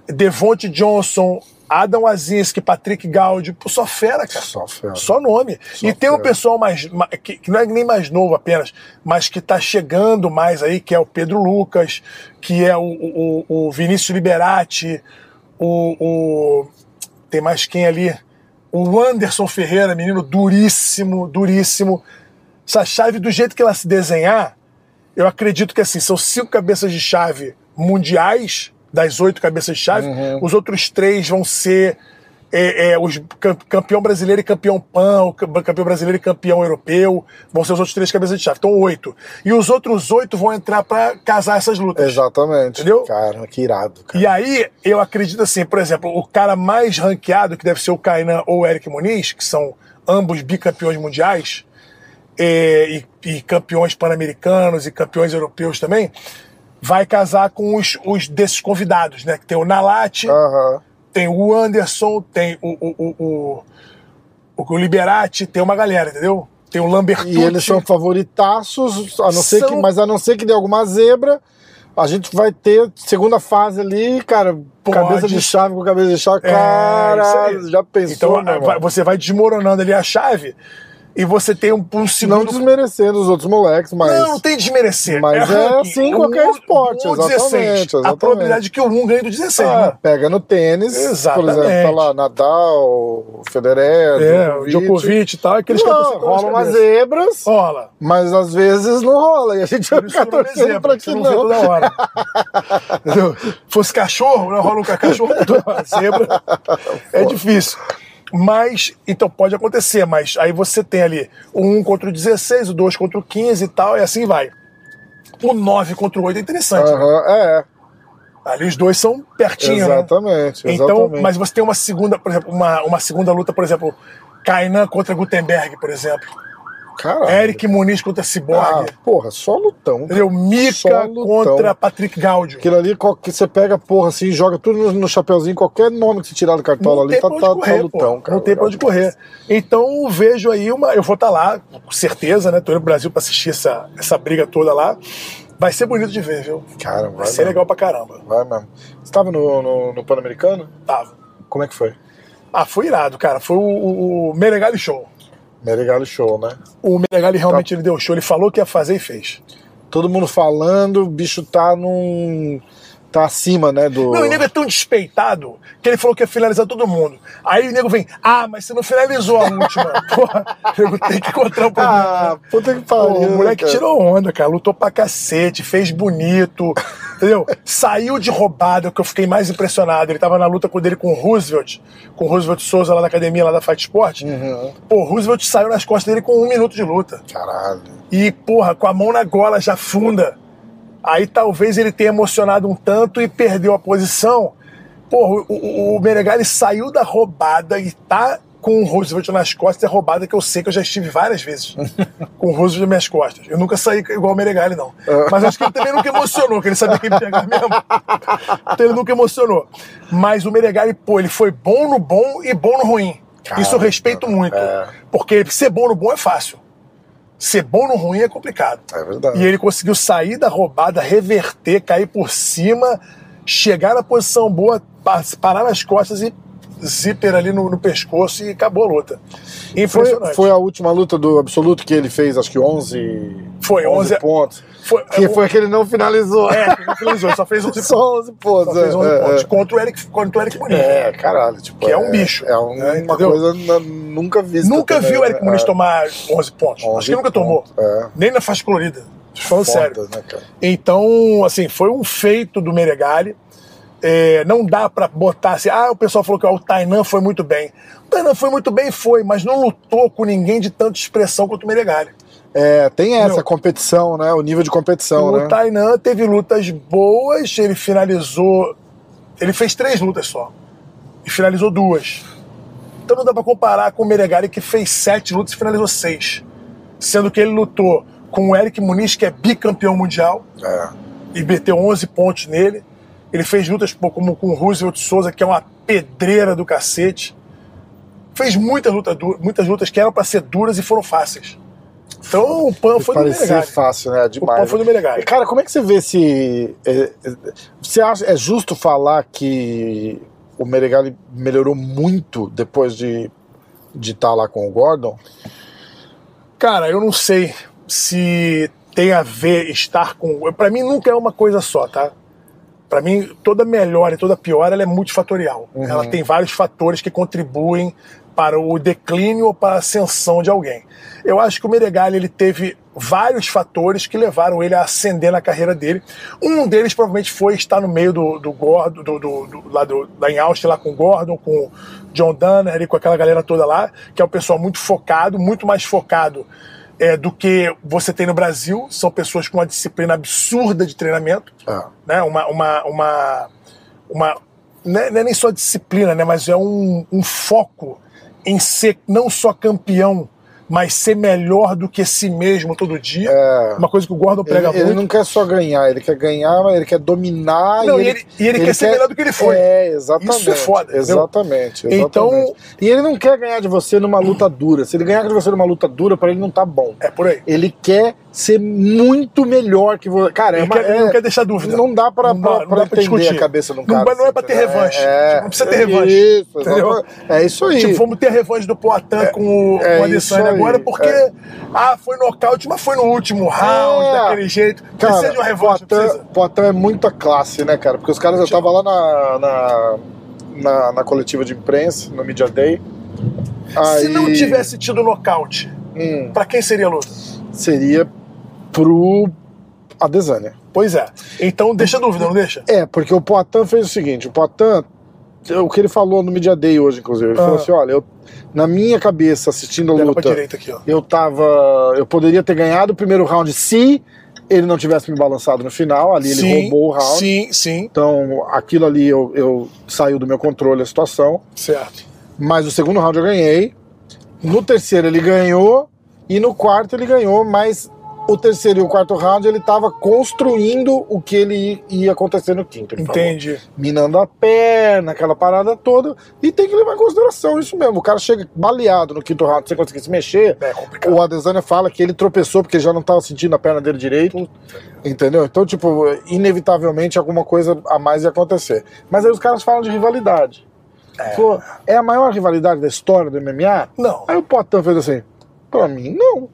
Speaker 2: Devonte Johnson, Adam Azinski, Patrick Gaudi. Pô, só fera, cara.
Speaker 1: Só fera.
Speaker 2: Só nome.
Speaker 1: Só
Speaker 2: e tem um
Speaker 1: fera.
Speaker 2: pessoal mais, ma- que, que não é nem mais novo apenas, mas que tá chegando mais aí, que é o Pedro Lucas, que é o, o, o- o Vinícius Liberati, o, o- Tem mais quem ali? O Anderson Ferreira, menino duríssimo, duríssimo. Essa chave, do jeito que ela se desenhar, eu acredito que assim, são cinco cabeças de chave mundiais, das oito cabeças de chave, os outros três vão ser é, é, os cam- campeão brasileiro e campeão pan, o cam- campeão brasileiro e campeão europeu, vão ser os outros três cabeças de chave, então oito. E os outros oito vão entrar pra casar essas lutas.
Speaker 1: Exatamente.
Speaker 2: Entendeu?
Speaker 1: Cara, que irado, cara.
Speaker 2: E aí, eu acredito assim, por exemplo, o cara mais ranqueado, que deve ser o Kainan ou o Eric Muniz, que são ambos bicampeões mundiais, eh, e, e campeões pan-americanos e campeões europeus também, vai casar com os, os desses convidados, né? Que tem o Nalate,
Speaker 1: Aham.
Speaker 2: tem o Anderson, tem o, o, o, o, o Liberati, tem uma galera, entendeu? Tem o Lambertucci.
Speaker 1: E eles são favoritaços, a não ser
Speaker 2: Então, tipo, São-
Speaker 1: que, mas a não ser que dê alguma zebra, A gente vai ter segunda fase ali, cara,
Speaker 2: Pode.
Speaker 1: cabeça de chave com cabeça de chave.
Speaker 2: É,
Speaker 1: Cara,
Speaker 2: isso aí.
Speaker 1: já pensou, né,
Speaker 2: Então
Speaker 1: meu
Speaker 2: a-
Speaker 1: irmão?
Speaker 2: vai- você vai desmoronando ali a chave e você tem um, um
Speaker 1: Não
Speaker 2: segundo.
Speaker 1: desmerecendo os outros moleques, mas.
Speaker 2: Não, tá não tem de desmerecer.
Speaker 1: Mas é
Speaker 2: ranking.
Speaker 1: assim em
Speaker 2: O
Speaker 1: qualquer
Speaker 2: um-
Speaker 1: esporte,
Speaker 2: um 16.
Speaker 1: exatamente,
Speaker 2: A
Speaker 1: exatamente.
Speaker 2: probabilidade que o 1 ganhe do 16.
Speaker 1: Ah,
Speaker 2: né?
Speaker 1: pega no tênis,
Speaker 2: Exatamente.
Speaker 1: por exemplo, tá lá Nadal, Federer,
Speaker 2: É, o Djokovic e tal, aqueles
Speaker 1: Não,
Speaker 2: você
Speaker 1: rola umas
Speaker 2: cabeça.
Speaker 1: zebras,
Speaker 2: Rola.
Speaker 1: mas às vezes não rola. E a gente vai
Speaker 2: Por isso
Speaker 1: ficar
Speaker 2: que não
Speaker 1: torcendo
Speaker 2: exemplo,
Speaker 1: pra
Speaker 2: que
Speaker 1: que
Speaker 2: você não vê
Speaker 1: não.
Speaker 2: toda hora. Entendeu? Fosse cachorro, né, rola um ca- cachorro toda hora. Zebra. É difícil. Mas, então pode acontecer, mas aí você tem ali o 1 contra o 16, o 2 contra o 15 e tal, e assim vai. O 9 contra o 8 é interessante. né?
Speaker 1: Aham, é,
Speaker 2: Ali os dois são pertinho. né?
Speaker 1: exatamente,
Speaker 2: Então,
Speaker 1: exatamente.
Speaker 2: mas você tem uma segunda, por exemplo, uma, uma segunda luta, por exemplo, Kainan contra Gutenberg, por exemplo.
Speaker 1: Caralho.
Speaker 2: Eric Muniz contra
Speaker 1: ah,
Speaker 2: Cyborg.
Speaker 1: porra, só lutão.
Speaker 2: entendeu? Mica
Speaker 1: Só lutão.
Speaker 2: contra Patrick Gaudio.
Speaker 1: Aquilo ali, qual- que você pega, porda assim, joga tudo no, no chapeuzinho, qualquer nome que você tirar do cartola
Speaker 2: Não
Speaker 1: ali,
Speaker 2: tem
Speaker 1: tá,
Speaker 2: pra onde
Speaker 1: tá,
Speaker 2: correr,
Speaker 1: tá
Speaker 2: pô.
Speaker 1: lutão, cara.
Speaker 2: Não tem pra onde correr. Então vejo aí uma. Eu vou estar lá, com certeza, né? Tô indo pro Brasil pra assistir essa, essa briga toda lá. Vai ser bonito de ver, viu?
Speaker 1: Cara,
Speaker 2: Vai
Speaker 1: vai,
Speaker 2: ser
Speaker 1: mesmo,
Speaker 2: é legal pra caramba.
Speaker 1: Vai mesmo. Você tava no, no, no Pan-Americano?
Speaker 2: Tava.
Speaker 1: Como é que foi?
Speaker 2: Ah, foi irado, cara. Foi o, o, o Meregali Show.
Speaker 1: Meregali show, né?
Speaker 2: O Meregali realmente
Speaker 1: Tá.
Speaker 2: ele deu show. Ele falou que ia fazer e fez.
Speaker 1: Todo mundo falando, o bicho tá num. tá acima, né? Do...
Speaker 2: Não, o nego é tão despeitado que ele falou que ia finalizar todo mundo. Aí o nego vem, ah, mas você não finalizou a última. Porra, o nego tem que encontrar o problema.
Speaker 1: Ah, puta que
Speaker 2: Pô,
Speaker 1: pariu.
Speaker 2: o moleque
Speaker 1: cara.
Speaker 2: tirou onda, cara. Lutou pra cacete, fez bonito, entendeu? Saiu de roubada, que eu fiquei mais impressionado. Ele tava na luta com dele com o Roosevelt, com o Roosevelt Souza lá da academia, lá da Fight Sport.
Speaker 1: Uhum.
Speaker 2: Pô, o Roosevelt saiu nas costas dele com um minuto de luta.
Speaker 1: Caralho.
Speaker 2: E, porra, com a mão na gola já funda. Aí talvez ele tenha emocionado um tanto e perdeu a posição. Porra, o, o, o Menegali saiu da roubada e tá com o Roosevelt nas costas, é roubada que eu sei que eu já estive várias vezes com o Roosevelt nas minhas costas. Eu nunca saí igual o Menegali, não. Mas acho que ele também nunca emocionou, que ele sabia que ia me pegar mesmo. Então ele nunca emocionou. Mas o Menegali, pô, ele foi bom no bom e bom no ruim. Isso eu
Speaker 1: Cara,
Speaker 2: respeito muito.
Speaker 1: é.
Speaker 2: Porque ser bom no bom é fácil. Ser bom no ruim é complicado.
Speaker 1: É verdade.
Speaker 2: E ele conseguiu sair da roubada, reverter, cair por cima, chegar na posição boa, pa- parar nas costas e zíper ali no, no pescoço e acabou a luta.
Speaker 1: Foi,
Speaker 2: Impressionante.
Speaker 1: foi a última luta do Absoluto que ele fez, acho que 11.
Speaker 2: Foi, 11
Speaker 1: pontos.
Speaker 2: foi-
Speaker 1: que
Speaker 2: é,
Speaker 1: foi que ele não finalizou.
Speaker 2: É, ele não finalizou, só fez 11 pontos.
Speaker 1: Só 11 pontos.
Speaker 2: Só fez 11
Speaker 1: é, é,
Speaker 2: pontos. Contra o Eric, contra o Eric Muniz.
Speaker 1: É, É, caralho. Tipo,
Speaker 2: Que é um bicho,
Speaker 1: É um-
Speaker 2: né,
Speaker 1: uma
Speaker 2: entendeu?
Speaker 1: coisa na- nunca vista.
Speaker 2: Nunca
Speaker 1: também,
Speaker 2: vi o Eric
Speaker 1: né?
Speaker 2: Muniz
Speaker 1: É,
Speaker 2: tomar 11 pontos.
Speaker 1: 11
Speaker 2: Acho que nunca tomou.
Speaker 1: pontos, é.
Speaker 2: Nem na faixa colorida. Tô falando sério.
Speaker 1: fodas, né, cara?
Speaker 2: Então, assim, foi um feito do Meregali. É, não dá pra botar assim, ah, o pessoal falou que ó, o Tainan foi muito bem. O Tainan foi muito bem, foi, mas não lutou com ninguém de tanta expressão quanto o Meregali.
Speaker 1: É, tem essa
Speaker 2: Não.
Speaker 1: competição, né? O nível de competição,
Speaker 2: o
Speaker 1: né?
Speaker 2: Tainan teve lutas boas, ele finalizou. Ele fez três lutas só. E finalizou duas. Então não dá pra comparar com o Meregali, que fez sete lutas e finalizou seis. Sendo que ele lutou com o Eric Muniz, que é bicampeão mundial.
Speaker 1: É.
Speaker 2: e meteu 11 pontos nele. Ele fez lutas pô, como com o Roosevelt Souza, que é uma pedreira do cacete. Fez muitas lutas, du- muitas lutas que eram para ser duras e foram fáceis. Então o Pan foi do
Speaker 1: Parecer
Speaker 2: Menegali.
Speaker 1: fácil, né?
Speaker 2: O Pan
Speaker 1: Demais.
Speaker 2: foi do Menegali.
Speaker 1: Cara, como é que você vê se. é, é, Você acha. É justo falar que o Meregali melhorou muito depois de estar de tá lá com o Gordon?
Speaker 2: Cara, eu não sei se tem a ver estar com. Para mim nunca é uma coisa só, tá? Para mim toda melhora e toda piora ela é multifatorial. Ela tem vários fatores que contribuem para o declínio ou para a ascensão de alguém. Eu acho que o Meregali ele teve vários fatores que levaram ele a ascender na carreira dele. Um deles provavelmente foi estar no meio do, do Gordon, do, do- do- lá, do- lá em Austin, lá com o Gordon, com o John Danner e com aquela galera toda lá, que é um pessoal muito focado, muito mais focado eh, do que você tem no Brasil. São pessoas com uma disciplina absurda de treinamento
Speaker 1: Ah,
Speaker 2: né? Uma, uma, uma, uma não é não é nem só disciplina, né? Mas é um, um foco em ser não só campeão, mas ser melhor do que si mesmo todo dia.
Speaker 1: É.
Speaker 2: Uma coisa que o Gordon prega
Speaker 1: Ele, ele
Speaker 2: muito.
Speaker 1: não quer só ganhar, ele quer ganhar, mas ele quer dominar.
Speaker 2: Não, e ele- e ele quer ser melhor do que ele foi.
Speaker 1: É, exatamente.
Speaker 2: Isso é foda, entendeu?
Speaker 1: Exatamente, exatamente.
Speaker 2: Então-
Speaker 1: E ele não quer ganhar de você numa luta dura. Se ele ganhar de você numa luta dura, pra ele não tá bom.
Speaker 2: É por aí.
Speaker 1: Ele quer ser muito melhor que você. Cara, é
Speaker 2: Ele
Speaker 1: uma-
Speaker 2: quer- ele
Speaker 1: é-
Speaker 2: não quer deixar dúvida.
Speaker 1: Não dá pra,
Speaker 2: Não dá-
Speaker 1: pra,
Speaker 2: não
Speaker 1: pra
Speaker 2: dá pra
Speaker 1: entender
Speaker 2: discutir.
Speaker 1: a cabeça de um
Speaker 2: Não
Speaker 1: cara.
Speaker 2: vai- não é pra
Speaker 1: assim,
Speaker 2: ter
Speaker 1: entendeu?
Speaker 2: revanche.
Speaker 1: É,
Speaker 2: Não precisa ter revanche.
Speaker 1: Isso,
Speaker 2: Entendeu?
Speaker 1: exatamente. é isso aí.
Speaker 2: Tipo, vamos ter a revanche do Poitin com o
Speaker 1: é
Speaker 2: com o
Speaker 1: isso
Speaker 2: Adesanya
Speaker 1: aí,
Speaker 2: agora, porque
Speaker 1: é.
Speaker 2: ah, foi nocaute, mas foi no último round,
Speaker 1: É.
Speaker 2: daquele jeito. precisa de uma
Speaker 1: Poitin-
Speaker 2: revanche, precisa. Tipo-
Speaker 1: Poitin é muita classe, né, cara? Porque os caras, eu tava lá na, na, na, na coletiva de imprensa, no Media Day.
Speaker 2: Se
Speaker 1: Aí,
Speaker 2: não tivesse tido nocaute,
Speaker 1: hum,
Speaker 2: pra quem seria a luta?
Speaker 1: seria pro Adesanya.
Speaker 2: Pois é. Então deixa a dúvida, não deixa?
Speaker 1: É, porque o Poitin fez o seguinte, o Poitin, o que ele falou no Media Day hoje, inclusive, ele
Speaker 2: Ah.
Speaker 1: falou assim, olha, eu, na minha cabeça, assistindo a
Speaker 2: Pega pra
Speaker 1: luta,
Speaker 2: direita aqui, ó.
Speaker 1: eu tava. Eu poderia ter ganhado o primeiro round se ele não tivesse me balançado no final. Ali ele roubou o round.
Speaker 2: Sim, sim,
Speaker 1: Então aquilo ali eu, eu saiu do meu controle a situação.
Speaker 2: certo.
Speaker 1: Mas o segundo round eu ganhei. No terceiro ele ganhou. E no quarto ele ganhou, mas o terceiro e o quarto round ele tava construindo o que ele i- ia acontecer no quinto. ele falou
Speaker 2: Entendi.
Speaker 1: minando a perna, aquela parada toda. E tem que levar em consideração isso mesmo. O cara chega baleado no quinto round sem conseguir se mexer.
Speaker 2: É complicado.
Speaker 1: O Adesanya fala que ele tropeçou porque já não estava sentindo a perna dele direito. Entendeu? Então, tipo, inevitavelmente alguma coisa a mais ia acontecer. Mas aí os caras falam de rivalidade.
Speaker 2: É.
Speaker 1: Pô, é a maior rivalidade da história do MMA?
Speaker 2: Não.
Speaker 1: Aí o Potan fez assim: pra mim, não.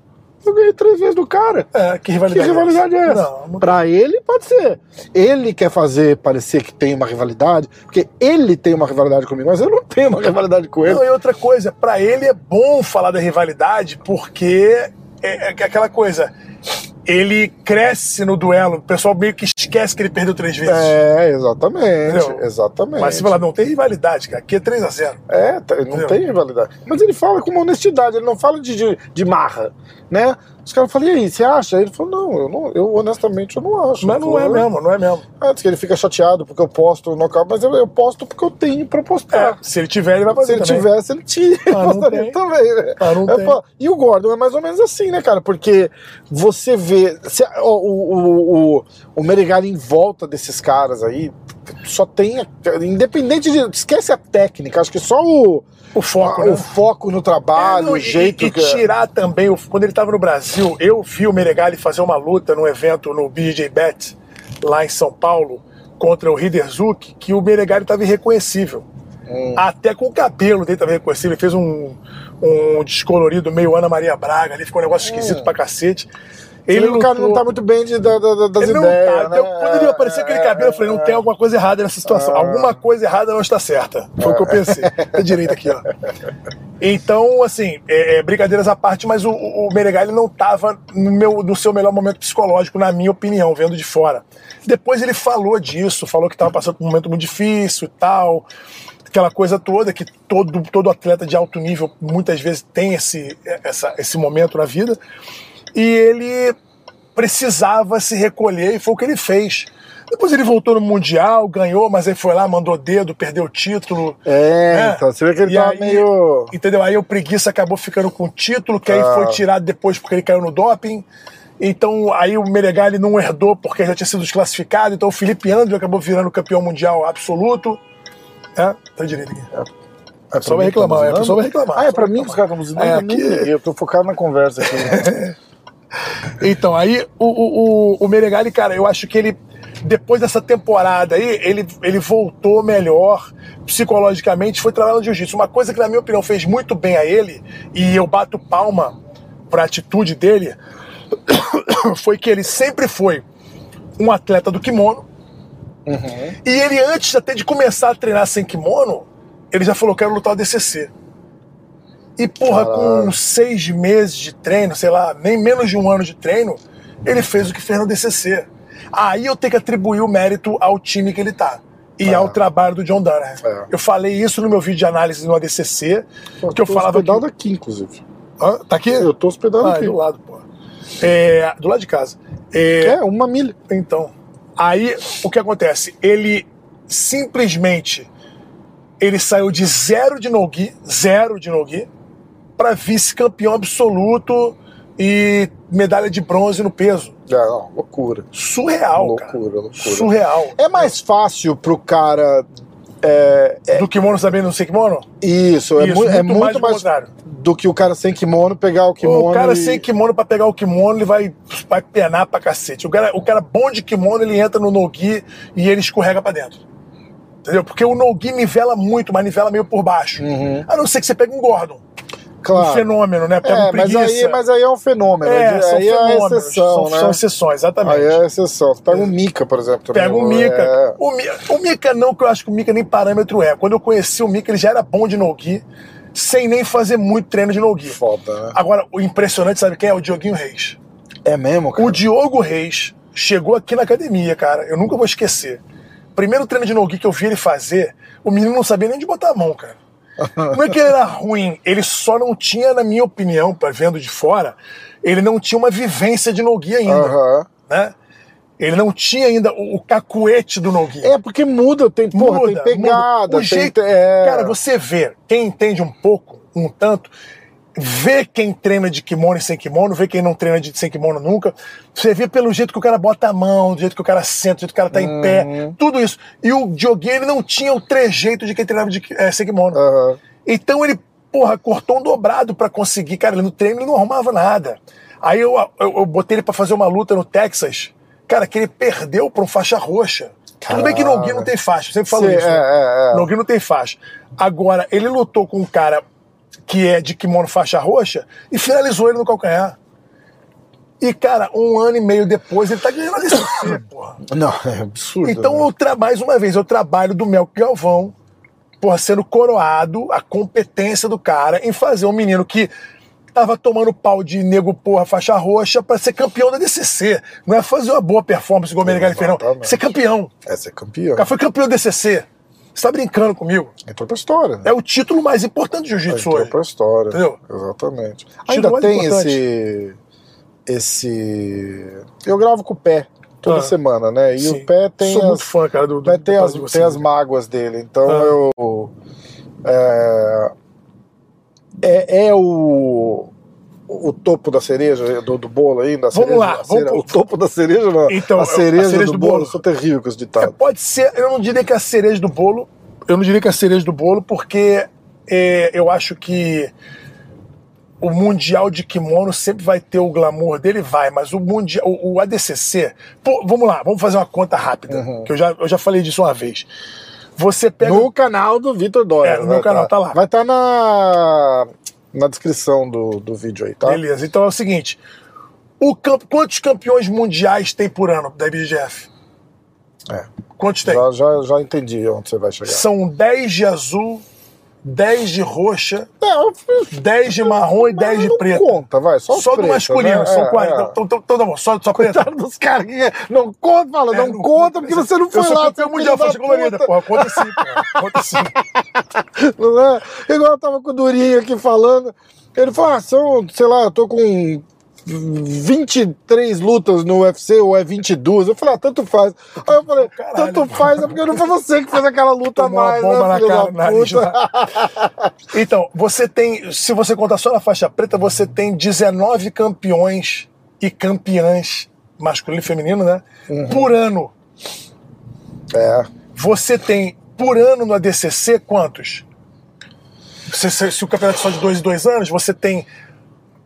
Speaker 1: Eu ganhei três vezes do cara.
Speaker 2: É, que
Speaker 1: Que
Speaker 2: rivalidade,
Speaker 1: rivalidade é essa?
Speaker 2: Não, não-
Speaker 1: Pra ele, pode ser. Ele quer fazer parecer que tem uma rivalidade, porque ele tem uma rivalidade comigo, mas eu não tenho uma rivalidade com ele.
Speaker 2: Não, é e outra coisa, pra ele é bom falar da rivalidade, porque é, é aquela coisa. Ele cresce no duelo, o pessoal meio que esquece que ele perdeu três vezes.
Speaker 1: É, exatamente.
Speaker 2: Entendeu?
Speaker 1: Exatamente.
Speaker 2: Mas se falar, não, tem rivalidade, cara. Aqui é 3x0.
Speaker 1: É, tá- não
Speaker 2: Entendeu?
Speaker 1: tem rivalidade. Mas ele fala com uma honestidade, ele não fala de, de, de marra, né? Os caras falam, e aí, você acha? Ele falou, não, eu, não, eu honestamente eu não acho.
Speaker 2: Mas não é
Speaker 1: Eu-
Speaker 2: mesmo, não é mesmo.
Speaker 1: Ah, diz que ele fica chateado porque eu posto o nocaute, mas eu, eu posto porque eu tenho pra postar.
Speaker 2: É, se ele tiver, ele vai
Speaker 1: Se
Speaker 2: fazer
Speaker 1: ele
Speaker 2: também.
Speaker 1: tivesse, ele tinha.
Speaker 2: Ah, não
Speaker 1: Gostaria
Speaker 2: tem.
Speaker 1: também, né?
Speaker 2: Ah, não
Speaker 1: É,
Speaker 2: tem.
Speaker 1: pô, E o Gordon é mais ou menos assim, né, cara? Porque você vê. se- ó, o, o, o, o Merigari em volta desses caras aí só tem. a- Independente de. Esquece a técnica, acho que só o,
Speaker 2: O foco,
Speaker 1: a-
Speaker 2: né?
Speaker 1: o foco Ah, no
Speaker 2: É,
Speaker 1: trabalho,
Speaker 2: não,
Speaker 1: o
Speaker 2: e-
Speaker 1: jeito
Speaker 2: e, e
Speaker 1: que. é.
Speaker 2: tirar também, o- quando ele estava no Brasil, eu vi o Meregali fazer uma luta num evento no BJ Bet, lá em São Paulo, contra o Riderzuki, que o Meregali estava irreconhecível.
Speaker 1: Hum.
Speaker 2: Até com o cabelo dele estava irreconhecível. Ele fez um, um descolorido meio Ana Maria Braga, ali ficou um negócio esquisito pra cacete.
Speaker 1: Ele, É. o cara
Speaker 2: lutou-
Speaker 1: não tá muito bem de, da, da- da- das
Speaker 2: ele não
Speaker 1: ideias.
Speaker 2: tá. Então,
Speaker 1: né? é. Ah.
Speaker 2: Quando ele apareceu aquele cabelo, eu falei, não tem alguma coisa errada nessa situação. Alguma coisa errada não está certa. Foi o
Speaker 1: É.
Speaker 2: que eu pensei. Tá direito aqui, ó. Então, assim, é, é, brincadeiras à parte, mas o, o Meregali não estava no, meu- no seu melhor momento psicológico, na minha opinião, vendo de fora. Depois ele falou disso, falou que estava passando por um momento muito difícil e tal. Aquela coisa toda que todo, todo atleta de alto nível muitas vezes tem esse, essa- esse momento na vida. E ele precisava se recolher e foi o que ele fez. Depois ele voltou no Mundial, ganhou, mas aí foi lá, mandou dedo, perdeu o título.
Speaker 1: É,
Speaker 2: né?
Speaker 1: então você vê que ele
Speaker 2: E
Speaker 1: tá
Speaker 2: aí-
Speaker 1: meio.
Speaker 2: Entendeu? Aí o preguiça acabou ficando com o título, que aí
Speaker 1: Ah.
Speaker 2: foi tirado depois porque ele caiu no doping. Então aí o Meregali não herdou porque já tinha sido desclassificado. Então o Felipe Andrew acabou virando campeão mundial absoluto. É, tá direito aqui.
Speaker 1: É,
Speaker 2: Só vai reclamar, é, a pessoa vai reclamar.
Speaker 1: Ah, é
Speaker 2: Só
Speaker 1: pra
Speaker 2: vai
Speaker 1: mim que os caras estão buzinando?
Speaker 2: É,
Speaker 1: Eu nem
Speaker 2: aqui-
Speaker 1: liguei, Eu tô focado na conversa aqui.
Speaker 2: Então, aí o, o, o, o Meregali, cara, eu acho que ele, depois dessa temporada aí, ele, ele voltou melhor psicologicamente, foi trabalhar no jiu-jitsu. Uma coisa que, na minha opinião, fez muito bem a ele, e eu bato palma pra atitude dele, foi que ele sempre foi um atleta do kimono,
Speaker 1: Uhum.
Speaker 2: e ele, antes até de começar a treinar sem kimono, ele já falou: quero lutar o DCC. E, porra, com
Speaker 1: Caralho.
Speaker 2: seis meses de treino, sei lá, nem menos de um ano de treino, ele fez o que fez no DCC. Aí eu tenho que atribuir o mérito ao time que ele tá. E ao trabalho do John Dunham.
Speaker 1: É.
Speaker 2: Eu falei isso no meu vídeo de análise no ADCC, que eu
Speaker 1: tô
Speaker 2: falava que...
Speaker 1: hospedado aqui, inclusive.
Speaker 2: Hã? Tá aqui?
Speaker 1: Eu tô hospedado
Speaker 2: Ah, é
Speaker 1: aqui.
Speaker 2: do lado, porra. É, do lado de casa. É,
Speaker 1: É, uma milha.
Speaker 2: então, aí o que acontece? Ele simplesmente ele saiu de zero de Nogi, zero de Nogi, para vice-campeão absoluto e medalha de bronze no peso.
Speaker 1: É, não, loucura.
Speaker 2: Surreal,
Speaker 1: Loucura,
Speaker 2: cara.
Speaker 1: loucura.
Speaker 2: Surreal.
Speaker 1: É mais fácil pro cara. é, é-
Speaker 2: Do kimono também não sei kimono?
Speaker 1: isso, é,
Speaker 2: Isso,
Speaker 1: mu- é
Speaker 2: muito mais
Speaker 1: muito
Speaker 2: do
Speaker 1: mais,
Speaker 2: contrário.
Speaker 1: do que o cara sem kimono pegar o kimono.
Speaker 2: O cara
Speaker 1: e-
Speaker 2: sem kimono, pra pegar o kimono, ele vai, vai penar pra cacete. O cara, o cara bom de kimono, ele entra no no-gi e ele escorrega pra dentro. Entendeu? Porque o no-gi nivela muito, mas nivela meio por baixo. A não ser que você pegue um Gordon. Um
Speaker 1: Uhum. Claro.
Speaker 2: fenômeno, né? Pega um
Speaker 1: É, mas
Speaker 2: preguiça.
Speaker 1: aí, mas aí é um fenômeno.
Speaker 2: É,
Speaker 1: É,
Speaker 2: são
Speaker 1: aí é a
Speaker 2: fenômenos.
Speaker 1: exceção,
Speaker 2: são,
Speaker 1: né?
Speaker 2: são exceções, exatamente.
Speaker 1: Aí é a exceção. Tu pega um Mika, por exemplo. também,
Speaker 2: Pega um o
Speaker 1: é-
Speaker 2: Mika. O, Mi- o Mika não, que eu acho que o Mika nem parâmetro é. Quando eu conheci o Mika, ele já era bom de no-gi, sem nem fazer muito treino de no-gi.
Speaker 1: Foda, né?
Speaker 2: Agora, o impressionante, sabe quem é? O Dioguinho Reis.
Speaker 1: É mesmo, cara?
Speaker 2: O Diogo Reis chegou aqui na academia, cara. Eu nunca vou esquecer. Primeiro treino de Nogi que eu vi ele fazer, o menino não sabia nem onde botar a mão, cara. Não é que ele era ruim, ele só não tinha, na minha opinião, pra vendo de fora, ele não tinha uma vivência de Nogi ainda,
Speaker 1: Aham.
Speaker 2: né? Ele não tinha ainda o, o cacuete do Nogi.
Speaker 1: É, porque muda, tem, porra,
Speaker 2: Muda,
Speaker 1: tem pegada,
Speaker 2: muda. O
Speaker 1: tem-
Speaker 2: jeito,
Speaker 1: tem- é.
Speaker 2: Cara, você vê, quem entende um pouco, um tanto, vê quem treina de kimono e sem kimono, vê quem não treina de sem kimono nunca. Você vê pelo jeito que o cara bota a mão, do jeito que o cara senta, do jeito que o cara tá em
Speaker 1: Uhum.
Speaker 2: pé, tudo isso. E o Dioguinho, ele não tinha o trejeito de quem treinava de ki- eh, sem kimono.
Speaker 1: Aham.
Speaker 2: Então ele, porra, cortou um dobrado pra conseguir. Cara, ele no treino ele não arrumava nada. Aí eu, eu, eu botei ele pra fazer uma luta no Texas. Cara, que ele perdeu pra um faixa roxa. Tudo bem que
Speaker 1: Caralho.
Speaker 2: Noguinho não tem faixa, eu sempre falo
Speaker 1: Sim,
Speaker 2: isso. né?
Speaker 1: é, é, é.
Speaker 2: Noguinho não tem faixa. Agora, ele lutou com um cara que é de kimono faixa roxa e finalizou ele no calcanhar. E, cara, um ano e meio depois, ele tá ganhando a licença, porra.
Speaker 1: Não, é absurdo.
Speaker 2: Então,
Speaker 1: né?
Speaker 2: eu tra... mais uma vez, eu trabalho do Mel Galvão, por sendo coroado a competência do cara em fazer um menino que tava tomando pau de nego porra faixa roxa pra ser campeão da DCC. Não é fazer uma boa performance igual o Menegali fez, não.
Speaker 1: Exatamente.
Speaker 2: Ser campeão.
Speaker 1: É ser campeão.
Speaker 2: O cara foi campeão da DCC. Você tá brincando comigo?
Speaker 1: Entrou pra história. né?
Speaker 2: É o título mais importante de jiu-jitsu
Speaker 1: Entrou
Speaker 2: hoje.
Speaker 1: então, pra história.
Speaker 2: Entendeu?
Speaker 1: Exatamente.
Speaker 2: Título
Speaker 1: Ainda
Speaker 2: mais
Speaker 1: tem
Speaker 2: importante.
Speaker 1: esse. Esse. Eu gravo com o pé toda
Speaker 2: Ah.
Speaker 1: semana, né? E
Speaker 2: Sim.
Speaker 1: o pé tem
Speaker 2: Sou
Speaker 1: as.
Speaker 2: muito fã, cara, do,
Speaker 1: o
Speaker 2: do
Speaker 1: pé tem
Speaker 2: do
Speaker 1: as,
Speaker 2: Brasil,
Speaker 1: tem
Speaker 2: assim.
Speaker 1: as mágoas dele. Então
Speaker 2: Ah.
Speaker 1: eu. É, é, é o. O topo da cereja, do, do bolo ainda? a
Speaker 2: Vamos
Speaker 1: cereja-
Speaker 2: lá,
Speaker 1: a cere-
Speaker 2: vamos
Speaker 1: O topo da cereja, não.
Speaker 2: Então,
Speaker 1: a cereja, do, bolo.
Speaker 2: bolo.
Speaker 1: Sou terrível com esse
Speaker 2: É,
Speaker 1: ditado.
Speaker 2: pode ser, eu não diria que é a cereja do bolo. Eu não diria que é a cereja do bolo, porque é, eu acho que o Mundial de Kimono sempre vai ter o glamour dele, vai, mas o Mundial, o, o ADCC. pô, vamos lá, vamos fazer uma conta rápida, que eu já, eu já falei disso uma vez. Você pega.
Speaker 1: Uhum. No canal do Vitor Dória.
Speaker 2: É, no
Speaker 1: vai
Speaker 2: meu canal, tá lá.
Speaker 1: Vai estar na, na descrição do, do vídeo aí, tá?
Speaker 2: Beleza, então é o seguinte: o campo, quantos campeões mundiais tem por ano da IBGF?
Speaker 1: É.
Speaker 2: Quantos tem?
Speaker 1: Já, já, já entendi onde você vai chegar.
Speaker 2: São 10 de azul, 10 de roxa,
Speaker 1: É, eu fiz
Speaker 2: 10 de marrom e 10 de
Speaker 1: não
Speaker 2: preto.
Speaker 1: conta, vai. Só, os
Speaker 2: Só do
Speaker 1: pretos,
Speaker 2: masculino,
Speaker 1: né?
Speaker 2: são
Speaker 1: É,
Speaker 2: 40.
Speaker 1: é.
Speaker 2: Então, então, então tá bom, só, só preto.
Speaker 1: Coitado dos caras que não conta, fala,
Speaker 2: É,
Speaker 1: não, conta porque você não foi
Speaker 2: eu sou
Speaker 1: lá.
Speaker 2: campeão
Speaker 1: seu
Speaker 2: mundial
Speaker 1: filho da
Speaker 2: faixa colorida,
Speaker 1: puta.
Speaker 2: porra. Conta sim, porra. Conta sim.
Speaker 1: Não é? Igual eu tava com o Durinho aqui falando. Ele falou: ah, são, sei lá, eu tô com 23 lutas no UFC ou é 22. Eu falei: ah, tanto faz. Aí eu falei:
Speaker 2: Caralho,
Speaker 1: tanto
Speaker 2: mano.
Speaker 1: faz, é porque não foi você que fez aquela luta a
Speaker 2: Tomou uma
Speaker 1: mais,
Speaker 2: bomba
Speaker 1: né,
Speaker 2: na
Speaker 1: filho
Speaker 2: cara,
Speaker 1: da
Speaker 2: na nariz,
Speaker 1: puta?
Speaker 2: Então, você tem. Se você contar só na faixa preta, você tem 19 campeões e campeãs, masculino e feminino, né?
Speaker 1: Uhum.
Speaker 2: Por ano.
Speaker 1: É,
Speaker 2: Você tem por ano no ADCC quantos? Se, se- se o campeonato é só de dois em dois anos, você tem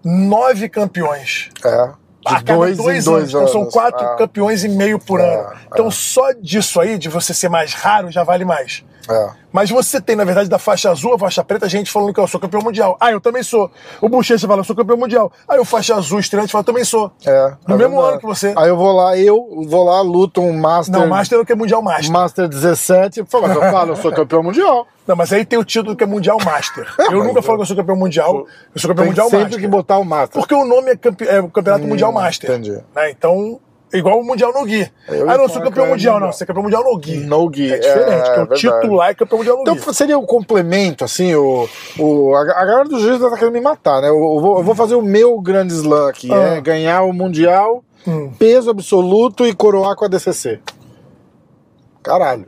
Speaker 2: nove campeões.
Speaker 1: é.
Speaker 2: a
Speaker 1: De
Speaker 2: cada
Speaker 1: dois, em dois anos.
Speaker 2: então são quatro
Speaker 1: Ah,
Speaker 2: campeões e meio por
Speaker 1: É,
Speaker 2: ano. Então só disso aí, de você ser mais raro, já vale mais.
Speaker 1: é.
Speaker 2: Mas você tem, na verdade, da faixa azul à faixa preta, gente falando que eu sou campeão mundial. Ah, eu também sou. O Bochecha fala, eu sou campeão mundial. Aí o faixa azul estreante fala, eu também sou.
Speaker 1: É,
Speaker 2: No
Speaker 1: é
Speaker 2: mesmo
Speaker 1: verdade.
Speaker 2: ano que você.
Speaker 1: Aí eu vou lá, eu vou lá, luto um Master.
Speaker 2: Não, Master é o que é mundial Master.
Speaker 1: Master 17, pô, mas eu falo, eu sou campeão mundial.
Speaker 2: Não, mas aí tem o título que é mundial Master. Eu
Speaker 1: mas
Speaker 2: nunca
Speaker 1: eu-
Speaker 2: falo que eu sou campeão mundial. Eu sou campeão
Speaker 1: Tem
Speaker 2: mundial
Speaker 1: sempre
Speaker 2: Master.
Speaker 1: que botar o Master.
Speaker 2: Porque o nome é, campe- é o Campeonato Mundial Master.
Speaker 1: entendi.
Speaker 2: né? Então, igual o Mundial no Gui.
Speaker 1: Eu ia
Speaker 2: ah, não, eu
Speaker 1: falar
Speaker 2: sou
Speaker 1: que
Speaker 2: campeão
Speaker 1: é
Speaker 2: mundial,
Speaker 1: mundial.
Speaker 2: não. Você é campeão mundial no Gui.
Speaker 1: No Gui,
Speaker 2: É diferente,
Speaker 1: é,
Speaker 2: que o
Speaker 1: verdade.
Speaker 2: titular é campeão mundial no
Speaker 1: Então
Speaker 2: Gui.
Speaker 1: seria um complemento, assim, o, o, a, a galera do juiz tá querendo me matar, né? Eu, eu vou, eu vou fazer o meu grande slam aqui,
Speaker 2: Ah. Hum.
Speaker 1: é ganhar o Mundial, peso absoluto e coroar com a DCC. Caralho.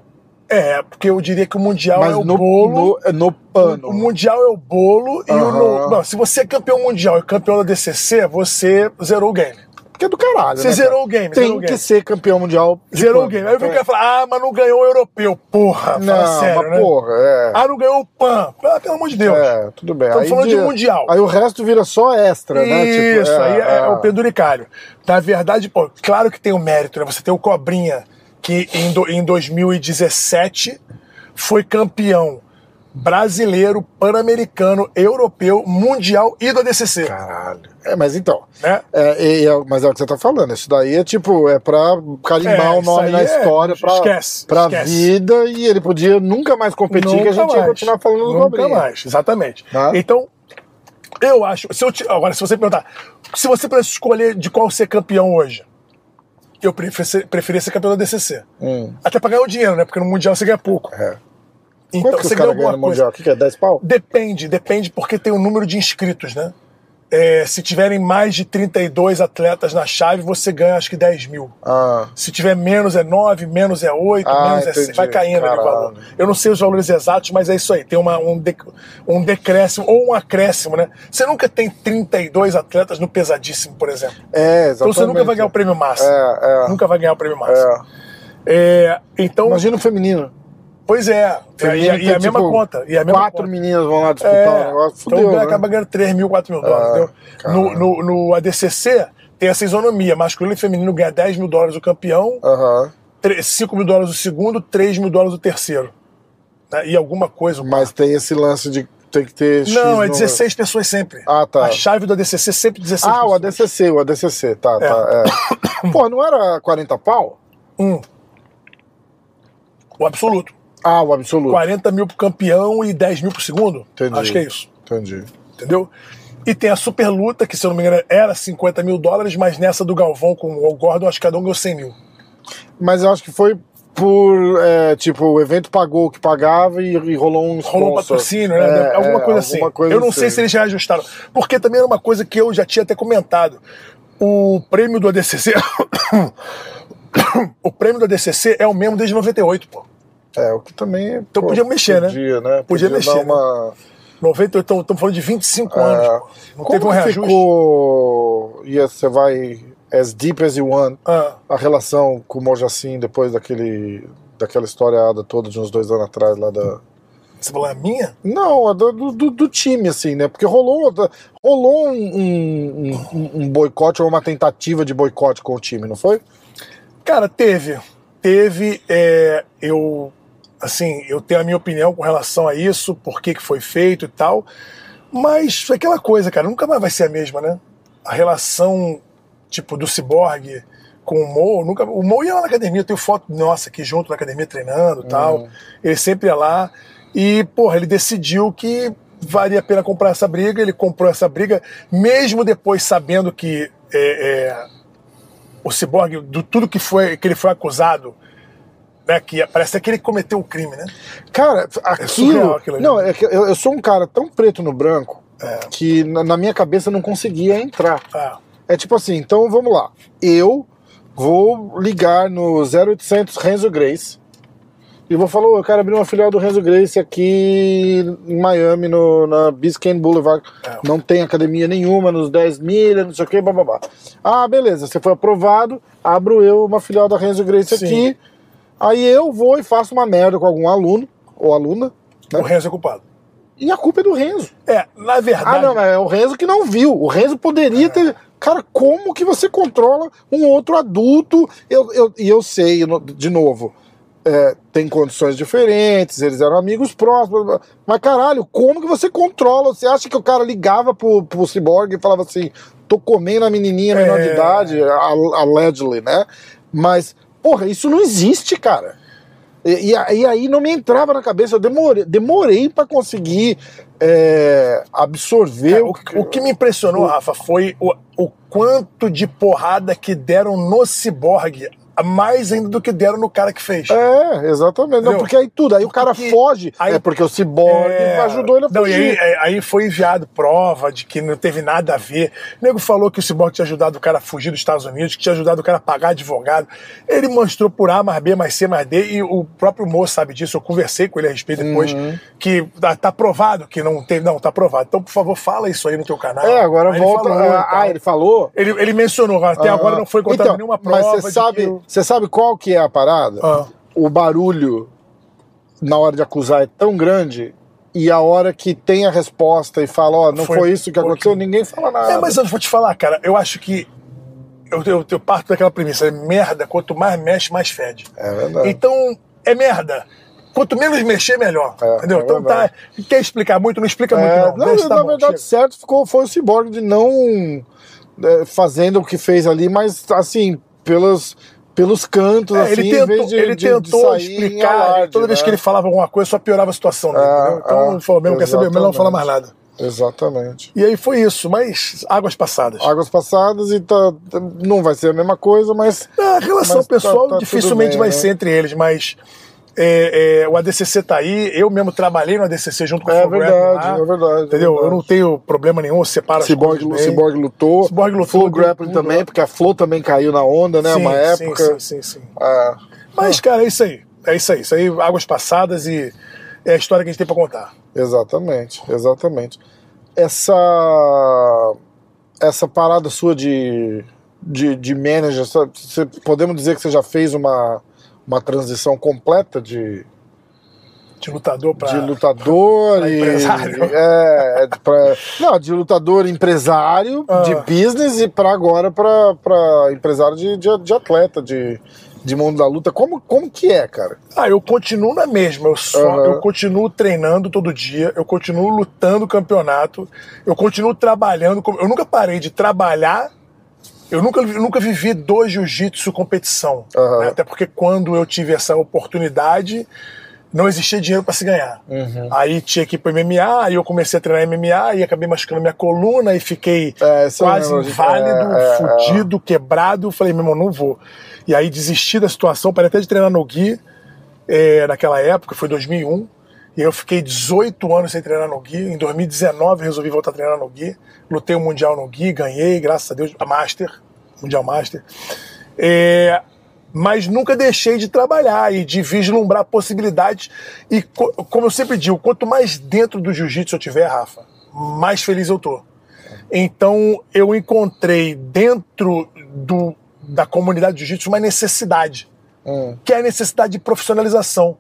Speaker 2: É, porque eu diria que o Mundial
Speaker 1: Mas
Speaker 2: é o
Speaker 1: no,
Speaker 2: bolo.
Speaker 1: no, no pano.
Speaker 2: O Mundial é o bolo e o.
Speaker 1: Aham.
Speaker 2: No, não, se você é campeão mundial e campeão da DCC, você zerou o game.
Speaker 1: Porque é do caralho.
Speaker 2: Você
Speaker 1: né,
Speaker 2: zerou
Speaker 1: cara?
Speaker 2: o game,
Speaker 1: Tem
Speaker 2: zerou o
Speaker 1: que
Speaker 2: game.
Speaker 1: ser campeão mundial. de
Speaker 2: Zerou o
Speaker 1: pano.
Speaker 2: game. Aí vem o
Speaker 1: É.
Speaker 2: cara falar, ah, mas não ganhou o europeu. Porra, fala
Speaker 1: Não,
Speaker 2: sério,
Speaker 1: mas
Speaker 2: né?
Speaker 1: porra, é.
Speaker 2: Ah, não ganhou o PAN. Ah, pelo amor de Deus.
Speaker 1: É, tudo bem.
Speaker 2: Estamos
Speaker 1: Aí
Speaker 2: falando de mundial.
Speaker 1: Aí o resto vira só extra, né? Tipo,
Speaker 2: Isso, aí é, o penduricalho. Na verdade, pô, claro que tem o mérito, né? Você tem o Cobrinha, que em, do- em 2017 foi campeão brasileiro, pan-americano, europeu, mundial e da DCC.
Speaker 1: Caralho. É, mas então.
Speaker 2: Né?
Speaker 1: É, e- e é- mas é o que você tá falando. Isso daí é tipo, é pra carimbar
Speaker 2: É,
Speaker 1: o nome
Speaker 2: isso aí
Speaker 1: na
Speaker 2: é-
Speaker 1: história, pra,
Speaker 2: esquece,
Speaker 1: pra
Speaker 2: esquece.
Speaker 1: vida, e ele podia nunca mais competir, que a gente ia continuar falando do
Speaker 2: Nunca
Speaker 1: Cobrinha.
Speaker 2: mais, exatamente.
Speaker 1: Tá?
Speaker 2: Então, eu acho. Se eu te- agora, se você perguntar, se você pudesse escolher de qual ser campeão hoje, eu prefer- preferia ser campeão da DCC.
Speaker 1: Hum.
Speaker 2: Até pra ganhar o dinheiro, né? Porque no Mundial você ganha pouco.
Speaker 1: É.
Speaker 2: Então
Speaker 1: Quanto que
Speaker 2: você
Speaker 1: os
Speaker 2: ganha
Speaker 1: caras ganham
Speaker 2: alguma
Speaker 1: no
Speaker 2: coisa.
Speaker 1: Mundial? O que, que é? 10 pau?
Speaker 2: Depende, depende, porque tem o número de inscritos, né? É, se tiverem mais de 32 atletas na chave, você ganha acho que 10 mil.
Speaker 1: Ah.
Speaker 2: Se tiver menos é 9, menos é 8,
Speaker 1: Ah,
Speaker 2: menos é
Speaker 1: entendi.
Speaker 2: 6. Vai caindo ali o
Speaker 1: Caralho.
Speaker 2: valor. Eu não sei os valores exatos, mas é isso aí. Tem uma, um, de- um decréscimo ou um acréscimo, né? Você nunca tem 32 atletas no pesadíssimo, por exemplo.
Speaker 1: É, exatamente.
Speaker 2: Então você nunca vai ganhar o prêmio máximo.
Speaker 1: É, é.
Speaker 2: Nunca vai ganhar o prêmio máximo.
Speaker 1: É.
Speaker 2: É, então,
Speaker 1: Imagina o feminino.
Speaker 2: pois é. E, a- e a- e a
Speaker 1: tem,
Speaker 2: mesma
Speaker 1: tipo,
Speaker 2: conta. E a mesma
Speaker 1: quatro
Speaker 2: conta.
Speaker 1: meninas vão lá disputar
Speaker 2: É,
Speaker 1: o negócio. Fudeu,
Speaker 2: então
Speaker 1: né?
Speaker 2: acaba ganhando 3 mil, 4 mil dólares,
Speaker 1: Ah,
Speaker 2: entendeu? No, no, no ADCC tem essa isonomia, masculino e feminino ganha 10 mil dólares o campeão,
Speaker 1: Aham.
Speaker 2: 5 mil dólares o segundo, 3 mil dólares o terceiro. né? E alguma coisa. o
Speaker 1: Mas tem esse lance de tem que ter X
Speaker 2: Não, é
Speaker 1: número.
Speaker 2: 16 pessoas sempre.
Speaker 1: né? Ah, tá.
Speaker 2: A chave do ADCC é sempre 16
Speaker 1: Ah, o
Speaker 2: pessoas.
Speaker 1: ADCC, o ADCC, tá,
Speaker 2: É.
Speaker 1: tá. É. Pô, não era 40 pau?
Speaker 2: Hum. O absoluto.
Speaker 1: Ah, o absoluto.
Speaker 2: 40 mil pro campeão e 10 mil pro segundo?
Speaker 1: Entendi.
Speaker 2: Acho que é isso.
Speaker 1: Entendi.
Speaker 2: entendeu? E tem a super luta, que se eu não me engano era 50 mil dólares, mas nessa do Galvão com o Gordon, acho que cada um ganhou 100 mil.
Speaker 1: Mas eu acho que foi por, é, tipo, o evento pagou o que pagava e, e rolou um
Speaker 2: Rolou um
Speaker 1: sponsor.
Speaker 2: patrocínio, né?
Speaker 1: É,
Speaker 2: alguma,
Speaker 1: é,
Speaker 2: coisa assim.
Speaker 1: alguma coisa
Speaker 2: Eu não
Speaker 1: assim.
Speaker 2: sei se eles já ajustaram. Porque também era uma coisa que eu já tinha até comentado. O prêmio do ADCC... o prêmio do ADCC é o mesmo desde 98, pô.
Speaker 1: É, o que também...
Speaker 2: Então podia mexer, né?
Speaker 1: podia, né?
Speaker 2: Podia mexer,
Speaker 1: dar
Speaker 2: né?
Speaker 1: uma...
Speaker 2: 98, então estamos falando de 25
Speaker 1: É.
Speaker 2: anos, pô. Não
Speaker 1: Como
Speaker 2: teve um
Speaker 1: que
Speaker 2: reajuste.
Speaker 1: ficou... E você vai as deep as you want,
Speaker 2: Ah.
Speaker 1: a relação com o Mojacin depois daquele... Daquela historiada toda de uns dois anos atrás lá da...
Speaker 2: Você falou, é minha?
Speaker 1: Não, a do, do- do- do time, assim, né? Porque rolou, rolou um, um- um- um boicote ou uma tentativa de boicote com o time, não foi?
Speaker 2: Cara, teve. Teve. é, eu. Assim, eu tenho a minha opinião com relação a isso, por que, que foi feito e tal. Mas foi aquela coisa, cara, nunca mais vai ser a mesma, né? A relação, tipo, do ciborgue com o Mo, nunca. O Mo ia lá na academia, eu tenho foto nossa aqui junto na academia treinando e tal. Ele sempre ia lá. E, porra, ele decidiu que valia a pena comprar essa briga, ele comprou essa briga, mesmo depois sabendo que. é, é, o Cyborg, do tudo que foi que ele foi acusado, né, que parece até que ele cometeu um crime, né?
Speaker 1: Cara, aquilo.
Speaker 2: surreal aquilo ali. né?
Speaker 1: não, é que eu, eu sou um cara tão preto no branco
Speaker 2: É.
Speaker 1: que na, na minha cabeça não conseguia entrar.
Speaker 2: Ah,
Speaker 1: É tipo assim, então vamos lá. Eu vou ligar no 0800 Renzo Grace e vou falar: "Ô, eu quero abrir uma filial do Renzo Grace aqui em Miami, no, na Biscayne Boulevard.
Speaker 2: É.
Speaker 1: Não tem academia nenhuma, nos 10 milhas, não sei o que, bababá. Ah, beleza, você foi aprovado, abro eu uma filial da Renzo Grace
Speaker 2: Sim.
Speaker 1: aqui. Aí eu vou e faço uma merda com algum aluno ou aluna, né?
Speaker 2: o Renzo é culpado.
Speaker 1: e a culpa é do Renzo.
Speaker 2: É, na verdade, É.
Speaker 1: Ah, não, mas é o Renzo que não viu. O Renzo poderia ter. Cara, como que você controla um outro adulto? Eu, eu, e eu sei, eu não- de novo, é, tem condições diferentes, eles eram amigos próximos. blá, blá. Mas caralho, como que você controla? Você acha que o cara ligava pro, pro Cyborg e falava assim: tô comendo a menininha menor de
Speaker 2: É.
Speaker 1: idade, a- allegedly, né? Mas, porra, isso não existe, cara. E, e a- e aí não me entrava na cabeça, eu demorei, demorei para conseguir é, absorver
Speaker 2: é,
Speaker 1: o,
Speaker 2: o, o que me impressionou, Rafa, foi o, o quanto de porrada que deram no Cyborg mais ainda do que deram no cara que fez.
Speaker 1: É, exatamente. Não,
Speaker 2: Entendeu?
Speaker 1: porque aí tudo, aí o cara
Speaker 2: Porque-
Speaker 1: foge.
Speaker 2: aí-
Speaker 1: é porque o Cyborg
Speaker 2: É.
Speaker 1: ajudou ele a
Speaker 2: Não, e aí,
Speaker 1: fugir.
Speaker 2: aí- aí foi enviado prova de que não teve nada a ver. O nego falou que o Cyborg tinha ajudado o cara a fugir dos Estados Unidos, que tinha ajudado o cara a pagar advogado. Ele mostrou por A mais B mais C mais D, e o próprio moço sabe disso. Eu conversei com ele a respeito depois,
Speaker 1: Uhum.
Speaker 2: que tá, tá provado que não teve. Não, tá provado. Então, por favor, fala isso aí no teu canal.
Speaker 1: É, agora
Speaker 2: Aí ele
Speaker 1: volta.
Speaker 2: falou,
Speaker 1: ah,
Speaker 2: então.
Speaker 1: ah, ele falou?
Speaker 2: ele, ele mencionou, até agora
Speaker 1: Ah,
Speaker 2: não foi encontrado
Speaker 1: então,
Speaker 2: nenhuma prova.
Speaker 1: Mas você
Speaker 2: de
Speaker 1: sabe,
Speaker 2: que o-
Speaker 1: você sabe qual que é a parada?
Speaker 2: Ah.
Speaker 1: O barulho na hora de acusar é tão grande e a hora que tem a resposta e fala, ó, não
Speaker 2: Foi
Speaker 1: foi, isso que
Speaker 2: pouquinho.
Speaker 1: aconteceu, ninguém fala nada.
Speaker 2: É, mas eu vou te falar, cara, eu acho que. Eu, eu, eu parto daquela premissa, é merda, quanto mais mexe, mais fede.
Speaker 1: É verdade.
Speaker 2: Então, é merda. Quanto menos mexer, melhor.
Speaker 1: É,
Speaker 2: entendeu?
Speaker 1: é
Speaker 2: então tá. Quer explicar muito? Não explica
Speaker 1: É,
Speaker 2: muito, não.
Speaker 1: na-
Speaker 2: Deixa, tá
Speaker 1: na
Speaker 2: bom,
Speaker 1: verdade,
Speaker 2: chega.
Speaker 1: certo ficou, foi o Cyborg de não é, fazendo o que fez ali, mas assim, pelos, pelos cantos,
Speaker 2: É,
Speaker 1: assim,
Speaker 2: ele
Speaker 1: em vez
Speaker 2: tentou,
Speaker 1: de,
Speaker 2: ele
Speaker 1: de- de
Speaker 2: tentou
Speaker 1: sair em
Speaker 2: explicar,
Speaker 1: alarde,
Speaker 2: toda vez
Speaker 1: né?
Speaker 2: que ele falava alguma coisa, só piorava a situação dele.
Speaker 1: É,
Speaker 2: entendeu? Então,
Speaker 1: é,
Speaker 2: ele falou mesmo, quer saber? Melhor não falar mais nada.
Speaker 1: Exatamente.
Speaker 2: E aí foi isso, mas águas passadas.
Speaker 1: Águas passadas e tá, tá- não vai ser a mesma coisa, mas
Speaker 2: A relação
Speaker 1: Mas tá-
Speaker 2: pessoal
Speaker 1: tá tudo
Speaker 2: dificilmente
Speaker 1: bem,
Speaker 2: vai
Speaker 1: né?
Speaker 2: ser entre eles, mas é, é, o ADCC tá aí, eu mesmo trabalhei no ADCC junto com o
Speaker 1: é
Speaker 2: Fulbright
Speaker 1: verdade,
Speaker 2: lá,
Speaker 1: é verdade. é
Speaker 2: Entendeu? Eu
Speaker 1: verdade.
Speaker 2: não tenho problema nenhum, eu separo as
Speaker 1: Cyborg,
Speaker 2: coisas bem.
Speaker 1: Cyborg lutou.
Speaker 2: Cyborg lutou,
Speaker 1: Flow
Speaker 2: deu
Speaker 1: Grappling
Speaker 2: tudo,
Speaker 1: também,
Speaker 2: né?
Speaker 1: porque a Flow também caiu na onda, né?
Speaker 2: Sim,
Speaker 1: uma
Speaker 2: sim,
Speaker 1: época.
Speaker 2: Sim, sim, sim.
Speaker 1: Ah,
Speaker 2: Mas, cara, é isso aí. É isso aí. Isso aí, águas passadas e é a história que a gente tem pra contar.
Speaker 1: exatamente, exatamente. Essa. Essa parada sua de, de, de manager, sabe? Você- podemos dizer que você já fez uma, uma transição completa de,
Speaker 2: De lutador pra.
Speaker 1: de lutador
Speaker 2: pra
Speaker 1: e
Speaker 2: empresário.
Speaker 1: é, é, pra- não de lutador empresário
Speaker 2: Ah.
Speaker 1: de business e para agora para para empresário de, de, de atleta de, de mundo da luta como como que é cara
Speaker 2: Ah, eu continuo na mesma. Eu só,
Speaker 1: Aham.
Speaker 2: eu continuo treinando todo dia, eu continuo lutando campeonato, eu continuo trabalhando. com- Eu nunca parei de trabalhar. Eu nunca, eu nunca vivi do jiu-jitsu competição.
Speaker 1: Aham.
Speaker 2: né? Até porque quando eu tive essa oportunidade, não existia dinheiro para se ganhar.
Speaker 1: Uhum.
Speaker 2: Aí tinha que ir pro MMA, aí eu comecei a treinar MMA e acabei machucando minha coluna e fiquei
Speaker 1: É, isso eu
Speaker 2: quase
Speaker 1: lembro.
Speaker 2: inválido,
Speaker 1: É, é,
Speaker 2: fudido, quebrado. Eu Falei, meu irmão, não vou. E aí desisti da situação, parei até de treinar no Gui é, naquela época, foi 2001. E eu fiquei 18 anos sem treinar no Gui. Em 2019 eu resolvi voltar a treinar no Gui. Lutei o Mundial no Gui, ganhei, graças a Deus, a Master, Mundial Master. É, mas nunca deixei de trabalhar e de vislumbrar possibilidades. E co- como eu sempre digo, quanto mais dentro do jiu-jitsu eu tiver, Rafa, mais feliz eu tô. Então eu encontrei dentro do, da comunidade de jiu-jitsu uma necessidade
Speaker 1: Hum.
Speaker 2: que é a necessidade de profissionalização.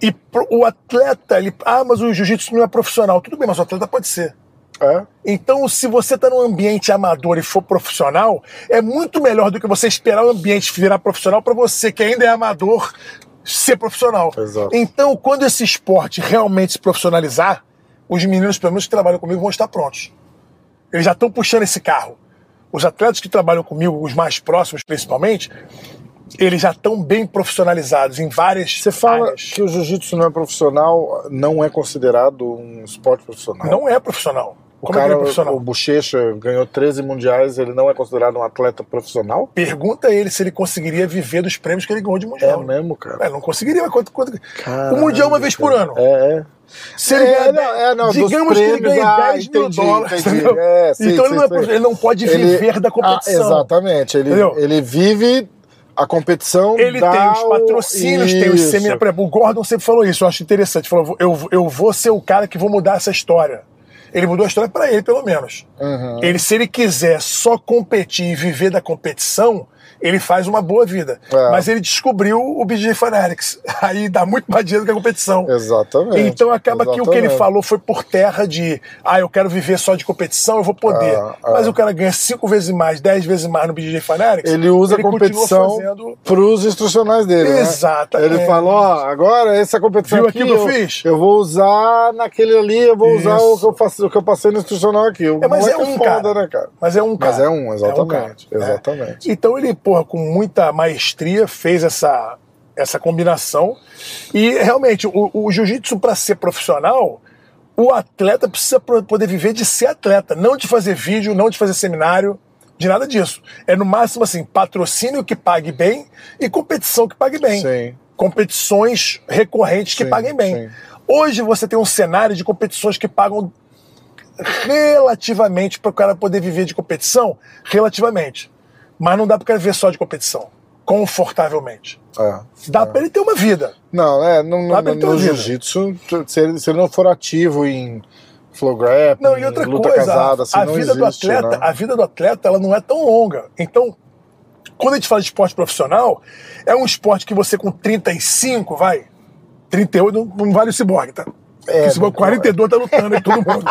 Speaker 2: E pro- o atleta, ele. Ah, mas o jiu-jitsu não é profissional. Tudo bem, mas o atleta pode ser.
Speaker 1: é
Speaker 2: Então, se você está num ambiente amador e for profissional, é muito melhor do que você esperar o ambiente virar profissional para você, que ainda é amador, ser profissional.
Speaker 1: Exato.
Speaker 2: Então, quando esse esporte realmente se profissionalizar, os meninos, pelo menos que trabalham comigo, vão estar prontos. Eles já estão puxando esse carro. Os atletas que trabalham comigo, os mais próximos principalmente, eles já estão bem profissionalizados em várias
Speaker 1: você fala
Speaker 2: áreas.
Speaker 1: que o jiu-jitsu não é profissional não é considerado um esporte profissional
Speaker 2: Não é profissional.
Speaker 1: o
Speaker 2: Como é que
Speaker 1: cara
Speaker 2: é profissional?
Speaker 1: o bochecha ganhou 13 mundiais ele não é considerado um atleta profissional
Speaker 2: Pergunta a ele se ele conseguiria viver dos prêmios que ele ganhou de
Speaker 1: é
Speaker 2: mundial.
Speaker 1: mesmo cara
Speaker 2: É, não conseguiria, mas quanto, quanto...
Speaker 1: Caralho,
Speaker 2: o mundial uma vez por
Speaker 1: cara.
Speaker 2: ano.
Speaker 1: é, é.
Speaker 2: Se ele
Speaker 1: É,
Speaker 2: ganhar,
Speaker 1: não, é, não, dos
Speaker 2: digamos que ele
Speaker 1: prêmios,
Speaker 2: ganhe
Speaker 1: ah,
Speaker 2: 10 mil
Speaker 1: entendi,
Speaker 2: dólares.
Speaker 1: entendi.
Speaker 2: entendeu?
Speaker 1: É, sim,
Speaker 2: então ele,
Speaker 1: sim,
Speaker 2: não é
Speaker 1: sim.
Speaker 2: prof- ele não pode viver da competição.
Speaker 1: Ah, exatamente. Ele,
Speaker 2: Entendeu?
Speaker 1: ele vive a competição.
Speaker 2: Ele
Speaker 1: da
Speaker 2: tem os
Speaker 1: o-
Speaker 2: patrocínios, tem os
Speaker 1: Isso.
Speaker 2: seminários. Por exemplo, o Gordon sempre falou isso, eu acho interessante. Falou, eu, eu vou ser o cara que vou mudar essa história. Ele mudou a história pra ele, pelo menos. Ele, se ele quiser só competir e viver da competição, ele faz uma boa vida.
Speaker 1: É.
Speaker 2: Mas ele descobriu o BJ Fanatics. Aí dá muito mais dinheiro que a competição.
Speaker 1: Exatamente.
Speaker 2: Então acaba que o que ele
Speaker 1: exatamente.
Speaker 2: falou foi por terra de ah, eu quero viver só de competição, eu vou poder.
Speaker 1: Ah, ah.
Speaker 2: Mas o cara ganha cinco vezes mais, dez vezes mais no BJ Fanatics.
Speaker 1: Ele usa a
Speaker 2: continua
Speaker 1: competição
Speaker 2: fazendo-
Speaker 1: para os instrucionais dele. né?
Speaker 2: Exatamente.
Speaker 1: Ele falou: ó, agora essa competição.
Speaker 2: Viu aqui que eu
Speaker 1: eu
Speaker 2: fiz?
Speaker 1: Eu vou usar naquele ali, eu vou usar
Speaker 2: Isso.
Speaker 1: o que eu, faço, o que eu passei no instrucional aqui. O
Speaker 2: É, mas é
Speaker 1: moleque
Speaker 2: um
Speaker 1: foda,
Speaker 2: cara.
Speaker 1: né, cara?
Speaker 2: Mas é um cara.
Speaker 1: Mas é um, exatamente.
Speaker 2: cara, né?
Speaker 1: exatamente.
Speaker 2: Então ele, porra, com muita maestria fez essa, essa combinação. E realmente, o, o jiu-jitsu, para ser profissional, o atleta precisa pro- poder viver de ser atleta, não de fazer vídeo, não de fazer seminário. de nada disso. É no máximo assim, patrocínio que pague bem e competição que pague bem.
Speaker 1: Sim.
Speaker 2: Competições recorrentes que
Speaker 1: Sim,
Speaker 2: paguem bem.
Speaker 1: sim.
Speaker 2: Hoje você tem um cenário de competições que pagam relativamente para o cara poder viver de competição, relativamente. Mas não dá para o cara viver só de competição, confortavelmente.
Speaker 1: É.
Speaker 2: Dá para ele ter uma vida.
Speaker 1: Não, é, no, no,
Speaker 2: Lá pra
Speaker 1: no,
Speaker 2: ele ter uma vida.
Speaker 1: jiu-jitsu, se ele, se ele não for ativo em flow grab,
Speaker 2: Não, e outra
Speaker 1: luta
Speaker 2: coisa,
Speaker 1: casada, assim,
Speaker 2: a
Speaker 1: não
Speaker 2: vida do
Speaker 1: existe,
Speaker 2: atleta,
Speaker 1: né?
Speaker 2: a vida do atleta, ela não é tão longa. Então, quando a gente fala de esporte profissional, é um esporte que você com 35, vai, 38, não, não vale o ciborgue, tá?
Speaker 1: É,
Speaker 2: o ciborgue
Speaker 1: não-
Speaker 2: 42 tá lutando e todo mundo.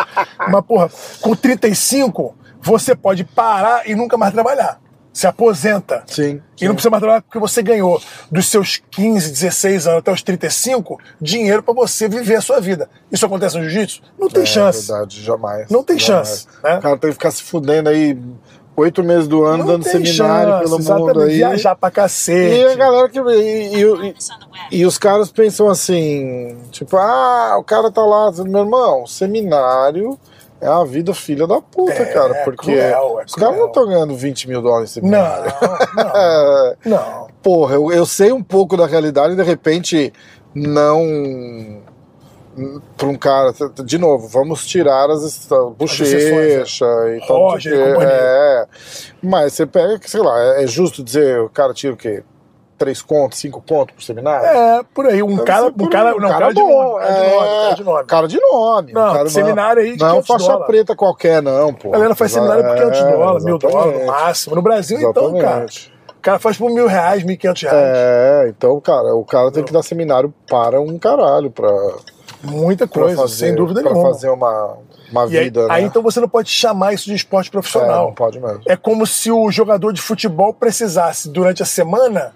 Speaker 2: Mas, porra, com 35, você pode parar e nunca mais trabalhar. Se aposenta.
Speaker 1: Sim,
Speaker 2: E não
Speaker 1: sim.
Speaker 2: precisa mais trabalhar porque você ganhou dos seus 15, 16 anos até os 35 dinheiro pra você viver a sua vida. Isso acontece no jiu-jitsu? Não tem
Speaker 1: É,
Speaker 2: chance.
Speaker 1: verdade, jamais.
Speaker 2: Não tem
Speaker 1: jamais.
Speaker 2: chance, né?
Speaker 1: O cara tem que ficar se fudendo aí oito meses do ano, dando seminário pelo mundo aí.
Speaker 2: Viajar pra cacete.
Speaker 1: E a galera que. E, e- e- e os caras pensam assim, tipo, ah, o cara tá lá, meu irmão, seminário é a vida filha da puta,
Speaker 2: É,
Speaker 1: cara.
Speaker 2: é
Speaker 1: Porque
Speaker 2: cruel, é
Speaker 1: os caras não
Speaker 2: cruel.
Speaker 1: estão ganhando 20 mil dólares em seminário. É,
Speaker 2: Não, não, não.
Speaker 1: Porra, eu, eu sei um pouco da realidade e de repente não. Pra um cara, de novo, vamos tirar as esta- bochecha e tal. não sei o
Speaker 2: Roger e
Speaker 1: quê.
Speaker 2: é. companhia.
Speaker 1: É. Mas você pega, que, sei lá, é é justo dizer o cara tira o quê? Três contos, cinco contos pro seminário?
Speaker 2: É, por aí. Um cara, um cara, não, um cara de
Speaker 1: bom,
Speaker 2: nome. Cara de nome,
Speaker 1: é,
Speaker 2: cara de nome.
Speaker 1: Cara de nome.
Speaker 2: Não,
Speaker 1: um cara
Speaker 2: seminário aí de
Speaker 1: Não
Speaker 2: 500
Speaker 1: faixa
Speaker 2: dólares.
Speaker 1: preta qualquer, não, pô. é,
Speaker 2: A galera faz seminário por 500 dólares, mil dólares no
Speaker 1: exatamente.
Speaker 2: máximo. No Brasil, então, cara.
Speaker 1: Exatamente.
Speaker 2: O cara faz por mil reais, mil e quinhentos reais.
Speaker 1: É, então, cara, o cara tem que dar seminário para um caralho, pra,
Speaker 2: Muita
Speaker 1: pra
Speaker 2: coisa,
Speaker 1: fazer,
Speaker 2: sem dúvida
Speaker 1: pra
Speaker 2: nenhuma.
Speaker 1: fazer uma, uma
Speaker 2: E aí,
Speaker 1: vida, né?
Speaker 2: aí, então você não pode chamar isso de esporte
Speaker 1: é,
Speaker 2: profissional.
Speaker 1: não pode mesmo.
Speaker 2: É como se o jogador de futebol precisasse, durante a semana,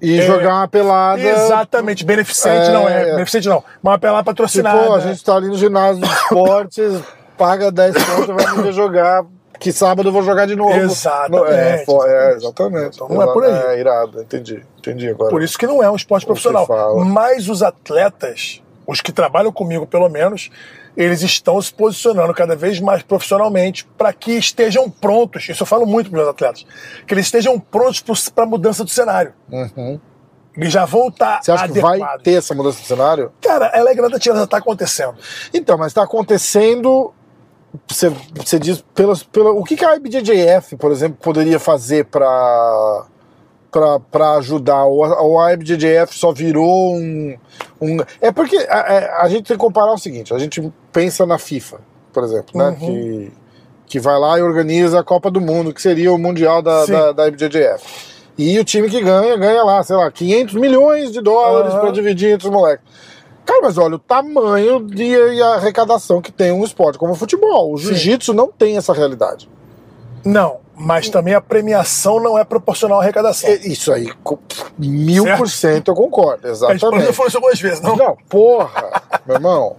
Speaker 1: E
Speaker 2: é,
Speaker 1: jogar uma pelada.
Speaker 2: exatamente, beneficente
Speaker 1: É,
Speaker 2: não é,
Speaker 1: é.
Speaker 2: beneficente não, mas pela
Speaker 1: Tipo,
Speaker 2: patrocinada.
Speaker 1: a gente tá ali no ginásio de esportes, paga 10 conto, vai me ver jogar. Que sábado eu vou jogar de novo.
Speaker 2: Exatamente,
Speaker 1: Não, é, fo- é, exatamente.
Speaker 2: Então não é por aí.
Speaker 1: É irado, entendi. Entendi agora.
Speaker 2: Por isso que não é um esporte profissional.
Speaker 1: fala.
Speaker 2: Mas os atletas, os que trabalham comigo pelo menos, eles estão se posicionando cada vez mais profissionalmente para que estejam prontos. Isso eu falo muito para os meus atletas, que eles estejam prontos para a mudança do cenário. Eles já vão estar
Speaker 1: Uhum. Você acha
Speaker 2: adequados.
Speaker 1: que vai ter essa mudança de cenário?
Speaker 2: Cara, ela é gradativa, ela está acontecendo.
Speaker 1: Então, mas está acontecendo. Você, você diz pelas, pela, o que, que a IBJJF, por exemplo, poderia fazer para para ajudar ou a, ou a IBJJF só virou um, um é porque a, a- a gente tem que comparar o seguinte a gente pensa na FIFA por exemplo né que que vai lá e organiza a Copa do Mundo que seria o mundial da,
Speaker 2: Sim.
Speaker 1: da, da IBJJF e o time que ganha ganha lá sei lá 500 milhões de dólares
Speaker 2: Aham.
Speaker 1: para dividir entre os moleques Cara, mas olha o tamanho de, e a arrecadação que tem um esporte como o futebol. O jiu-jitsu não tem essa realidade.
Speaker 2: Não, mas também a premiação não é proporcional à arrecadação.
Speaker 1: É, Isso aí, co- mil por cento eu concordo,
Speaker 2: A gente
Speaker 1: exatamente.
Speaker 2: falou isso algumas vezes, não?
Speaker 1: Não, porra, meu irmão.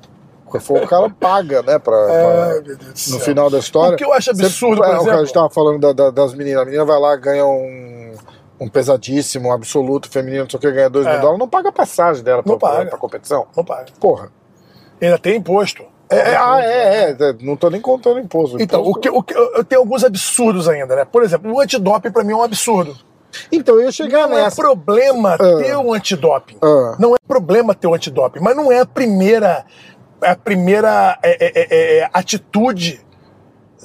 Speaker 1: Foi o cara paga, né, pra, pra-
Speaker 2: Ai, meu Deus do
Speaker 1: no
Speaker 2: céu.
Speaker 1: final da história.
Speaker 2: É, O que eu acho absurdo,
Speaker 1: Sempre-
Speaker 2: por
Speaker 1: é, o que a gente
Speaker 2: exemplo-
Speaker 1: tava falando da- da- das meninas. A menina vai lá, ganha um, um pesadíssimo, um absoluto feminino, não sei o que, ganha dois mil
Speaker 2: É.
Speaker 1: dólares, não paga a passagem dela pra,
Speaker 2: Não paga.
Speaker 1: pra- pra competição.
Speaker 2: Não paga.
Speaker 1: Porra.
Speaker 2: Ainda tem imposto.
Speaker 1: É, é, ah, é, é, é, não tô nem contando imposto.
Speaker 2: Tá né? Então,
Speaker 1: Imposto-
Speaker 2: o que, o que, eu eu tenho alguns absurdos ainda, né? Por exemplo, o antidoping pra mim é um absurdo.
Speaker 1: Então, eu ia chegar
Speaker 2: Não é
Speaker 1: nessa.
Speaker 2: problema ter um antidoping.
Speaker 1: Ah.
Speaker 2: Não é problema ter um antidoping, mas não é a primeira, a primeira é, é, é, é, atitude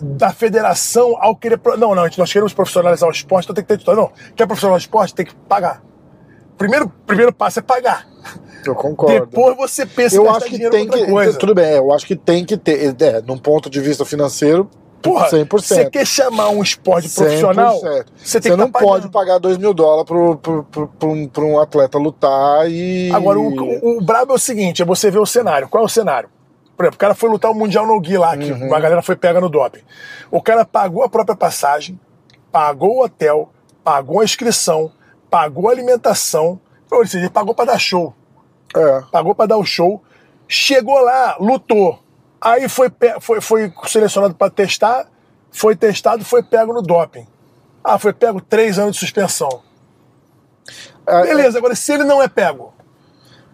Speaker 2: da federação ao querer. pro- Não, não, nós queremos profissionalizar o esporte, então tem que ter antidoping. Não, quer profissionalizar o esporte, tem que pagar. Primeiro, primeiro passo é pagar.
Speaker 1: Eu concordo.
Speaker 2: Depois você pensa em
Speaker 1: eu
Speaker 2: gastar
Speaker 1: acho que
Speaker 2: dinheiro com
Speaker 1: tem
Speaker 2: outra
Speaker 1: que.
Speaker 2: coisa.
Speaker 1: Tudo bem, eu acho que tem que ter. É, num ponto de vista financeiro,
Speaker 2: Porra,
Speaker 1: 100%.
Speaker 2: você quer chamar um esporte profissional,
Speaker 1: 100%.
Speaker 2: você
Speaker 1: Você,
Speaker 2: tem que
Speaker 1: não
Speaker 2: tá
Speaker 1: pode
Speaker 2: pagando.
Speaker 1: pagar 2 mil dólares pro, pro, pro, pro um, pra um atleta lutar e.
Speaker 2: Agora, o, o, o brabo é o seguinte: é você ver o cenário. Qual é o cenário? Por exemplo, o cara foi lutar o Mundial no Gui lá,
Speaker 1: Uhum.
Speaker 2: que a galera foi pega no doping. O cara pagou a própria passagem, pagou o hotel, pagou a inscrição, pagou a alimentação, ou seja, ele pagou pra dar show.
Speaker 1: É.
Speaker 2: pagou pra dar o show, chegou lá, lutou. Aí foi, pe- foi, foi selecionado pra testar, foi testado, foi pego no doping. Ah, foi pego três anos de suspensão.
Speaker 1: É,
Speaker 2: Beleza, agora se ele não é pego,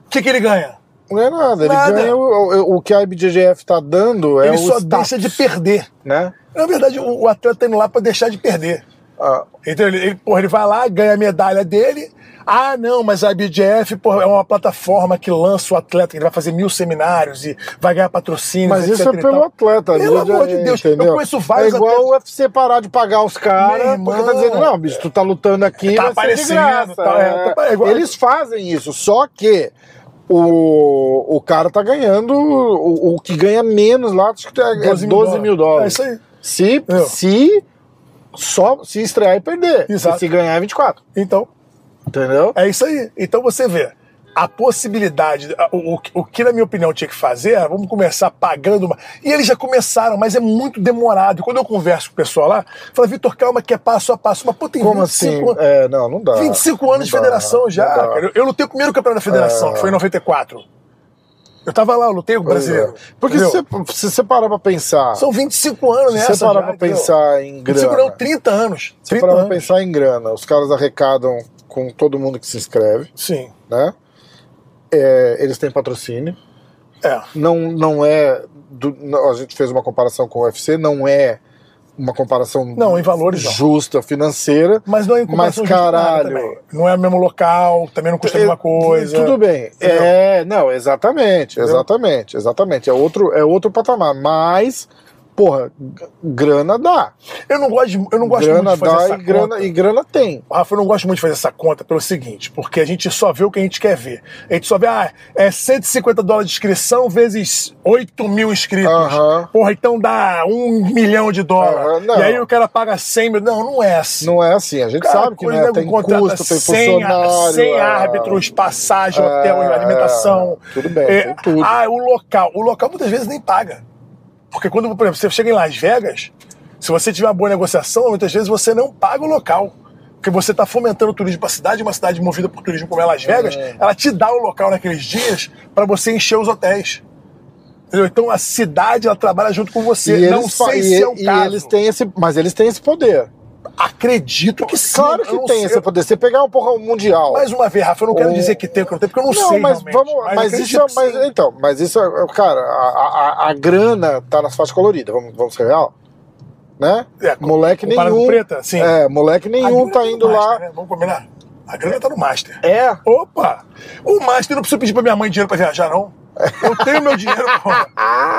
Speaker 2: o que, que ele ganha?
Speaker 1: Não é nada. Ele
Speaker 2: Nada.
Speaker 1: ganha o, o- o que a IBJJF tá dando é
Speaker 2: ele
Speaker 1: o
Speaker 2: só
Speaker 1: status,
Speaker 2: deixa de perder.
Speaker 1: né?
Speaker 2: Na verdade, o, o atleta tá indo lá pra deixar de perder.
Speaker 1: Ah,
Speaker 2: Então ele, ele, porra, ele vai lá, ganha a medalha dele. Ah, não, mas a IBJJF porra, é uma plataforma que lança o atleta, que ele vai fazer mil seminários e vai ganhar patrocínio.
Speaker 1: mas isso é pelo atleta. a
Speaker 2: tá- Pelo
Speaker 1: mídia,
Speaker 2: amor de Deus, eu
Speaker 1: entendeu?
Speaker 2: conheço vários
Speaker 1: É igual
Speaker 2: atletas-
Speaker 1: o UFC parar de pagar os caras,
Speaker 2: Meu
Speaker 1: porque tá
Speaker 2: irmão.
Speaker 1: dizendo, não, bicho, tu tá lutando aqui,
Speaker 2: Tá
Speaker 1: vai ser de graça.
Speaker 2: aparecendo, tá- é, tá- é igual-
Speaker 1: Eles fazem isso, só que o, o cara tá ganhando, o, o que ganha menos lá, acho que é 12 mil
Speaker 2: É
Speaker 1: dólares.
Speaker 2: isso aí. É.
Speaker 1: Se,
Speaker 2: Entendeu?
Speaker 1: se, só, se estrear e perder.
Speaker 2: Exato.
Speaker 1: E se ganhar é 24.
Speaker 2: Então,
Speaker 1: Entendeu?
Speaker 2: É isso aí. Então você vê, a possibilidade, a- o, o que- o que na minha opinião tinha que fazer era, vamos começar pagando uma. E eles já começaram, mas é muito demorado. E quando eu converso com o pessoal lá, fala, Vitor, calma que é passo a passo. Mas pô, tem
Speaker 1: Como
Speaker 2: 25
Speaker 1: assim? É, não, não dá.
Speaker 2: 25 anos de
Speaker 1: Não dá,
Speaker 2: federação já,
Speaker 1: não dá. Ah.
Speaker 2: cara. Eu, eu lutei o primeiro campeonato da federação, que foi em 94. Eu tava lá, eu lutei com o
Speaker 1: Pois é.
Speaker 2: brasileiro.
Speaker 1: Porque se
Speaker 2: entendeu?
Speaker 1: você, se você parar pra pensar.
Speaker 2: São 25 anos
Speaker 1: se
Speaker 2: nessa.
Speaker 1: você parar
Speaker 2: já,
Speaker 1: pra
Speaker 2: entendeu?
Speaker 1: pensar em
Speaker 2: 25 não,
Speaker 1: grana.
Speaker 2: 30 anos.
Speaker 1: Se você
Speaker 2: 30
Speaker 1: parar pra
Speaker 2: anos.
Speaker 1: pensar em grana, os caras arrecadam com todo mundo que se inscreve,
Speaker 2: Sim.
Speaker 1: né? É, eles têm patrocínio.
Speaker 2: É.
Speaker 1: Não, não é. do- não, a gente fez uma comparação com o UFC, não é uma comparação
Speaker 2: Não, em valores não.
Speaker 1: justa, financeira.
Speaker 2: Mas não é em comparação
Speaker 1: Mas,
Speaker 2: justa com nada
Speaker 1: caralho.
Speaker 2: também. Não é o mesmo local, também não custa a mesma
Speaker 1: É,
Speaker 2: coisa.
Speaker 1: Tudo bem. É, não, exatamente,
Speaker 2: Entendeu?
Speaker 1: exatamente, exatamente. É outro, é outro patamar. Mas, porra, g- grana dá.
Speaker 2: Eu não gosto, de- eu não gosto muito
Speaker 1: grana
Speaker 2: de fazer
Speaker 1: dá
Speaker 2: essa
Speaker 1: e grana,
Speaker 2: conta.
Speaker 1: e grana tem.
Speaker 2: Rafa, eu não gosto muito de fazer essa conta pelo seguinte, porque a gente só vê o que a gente quer ver. A gente só vê, ah, é 150 dólares de inscrição vezes 8 mil inscritos.
Speaker 1: Aham.
Speaker 2: Porra, então dá um milhão de
Speaker 1: Aham,
Speaker 2: dólares.
Speaker 1: não.
Speaker 2: e aí o cara paga 100 mil. Não, não é assim.
Speaker 1: Não é assim, a gente
Speaker 2: Cara,
Speaker 1: sabe que não
Speaker 2: quando
Speaker 1: é,
Speaker 2: nego
Speaker 1: tem
Speaker 2: contrata
Speaker 1: custo, tem
Speaker 2: 100 a-
Speaker 1: funcionário.
Speaker 2: 100
Speaker 1: é.
Speaker 2: árbitros, passagem, hotel,
Speaker 1: É,
Speaker 2: alimentação.
Speaker 1: é, tudo bem, tem tudo.
Speaker 2: Ah, o local. O local muitas vezes nem paga. Porque quando, por exemplo, você chega em Las Vegas, se você tiver uma boa negociação, muitas vezes você não paga o local. Porque você está fomentando o turismo para a cidade, uma cidade movida por turismo como é Las Vegas, ela te dá o local naqueles dias para você encher os hotéis. Entendeu? Então a cidade ela trabalha junto com
Speaker 1: E
Speaker 2: você.
Speaker 1: eles,
Speaker 2: não
Speaker 1: fa-
Speaker 2: sei
Speaker 1: e,
Speaker 2: se é o
Speaker 1: e
Speaker 2: caso.
Speaker 1: eles têm esse, mas eles têm esse poder.
Speaker 2: Acredito que sim.
Speaker 1: claro
Speaker 2: eu
Speaker 1: que
Speaker 2: não
Speaker 1: tem
Speaker 2: sei-
Speaker 1: esse poder. Você pegar um porra um mundial.
Speaker 2: Mais uma vez, Rafa, eu não quero
Speaker 1: Ou-
Speaker 2: dizer que tem, que não tem, porque eu não,
Speaker 1: Não,
Speaker 2: sei.
Speaker 1: mas
Speaker 2: realmente,
Speaker 1: vamos. Mas,
Speaker 2: acredito
Speaker 1: isso é.
Speaker 2: que
Speaker 1: Mas,
Speaker 2: sim.
Speaker 1: então, mas isso é. Cara, a, a, a grana tá nas faixas coloridas, vamos, vamos ser real. Né?
Speaker 2: É, com-
Speaker 1: moleque
Speaker 2: comparado com
Speaker 1: nenhum.
Speaker 2: preta, sim.
Speaker 1: É, moleque
Speaker 2: A
Speaker 1: nenhum
Speaker 2: grana
Speaker 1: tá
Speaker 2: no
Speaker 1: indo
Speaker 2: Master,
Speaker 1: lá.
Speaker 2: né? Vamos combinar? A grana tá no Master.
Speaker 1: É.
Speaker 2: Opa! O Master, eu não preciso pedir pra minha mãe dinheiro pra viajar, não. Eu tenho meu dinheiro, porra.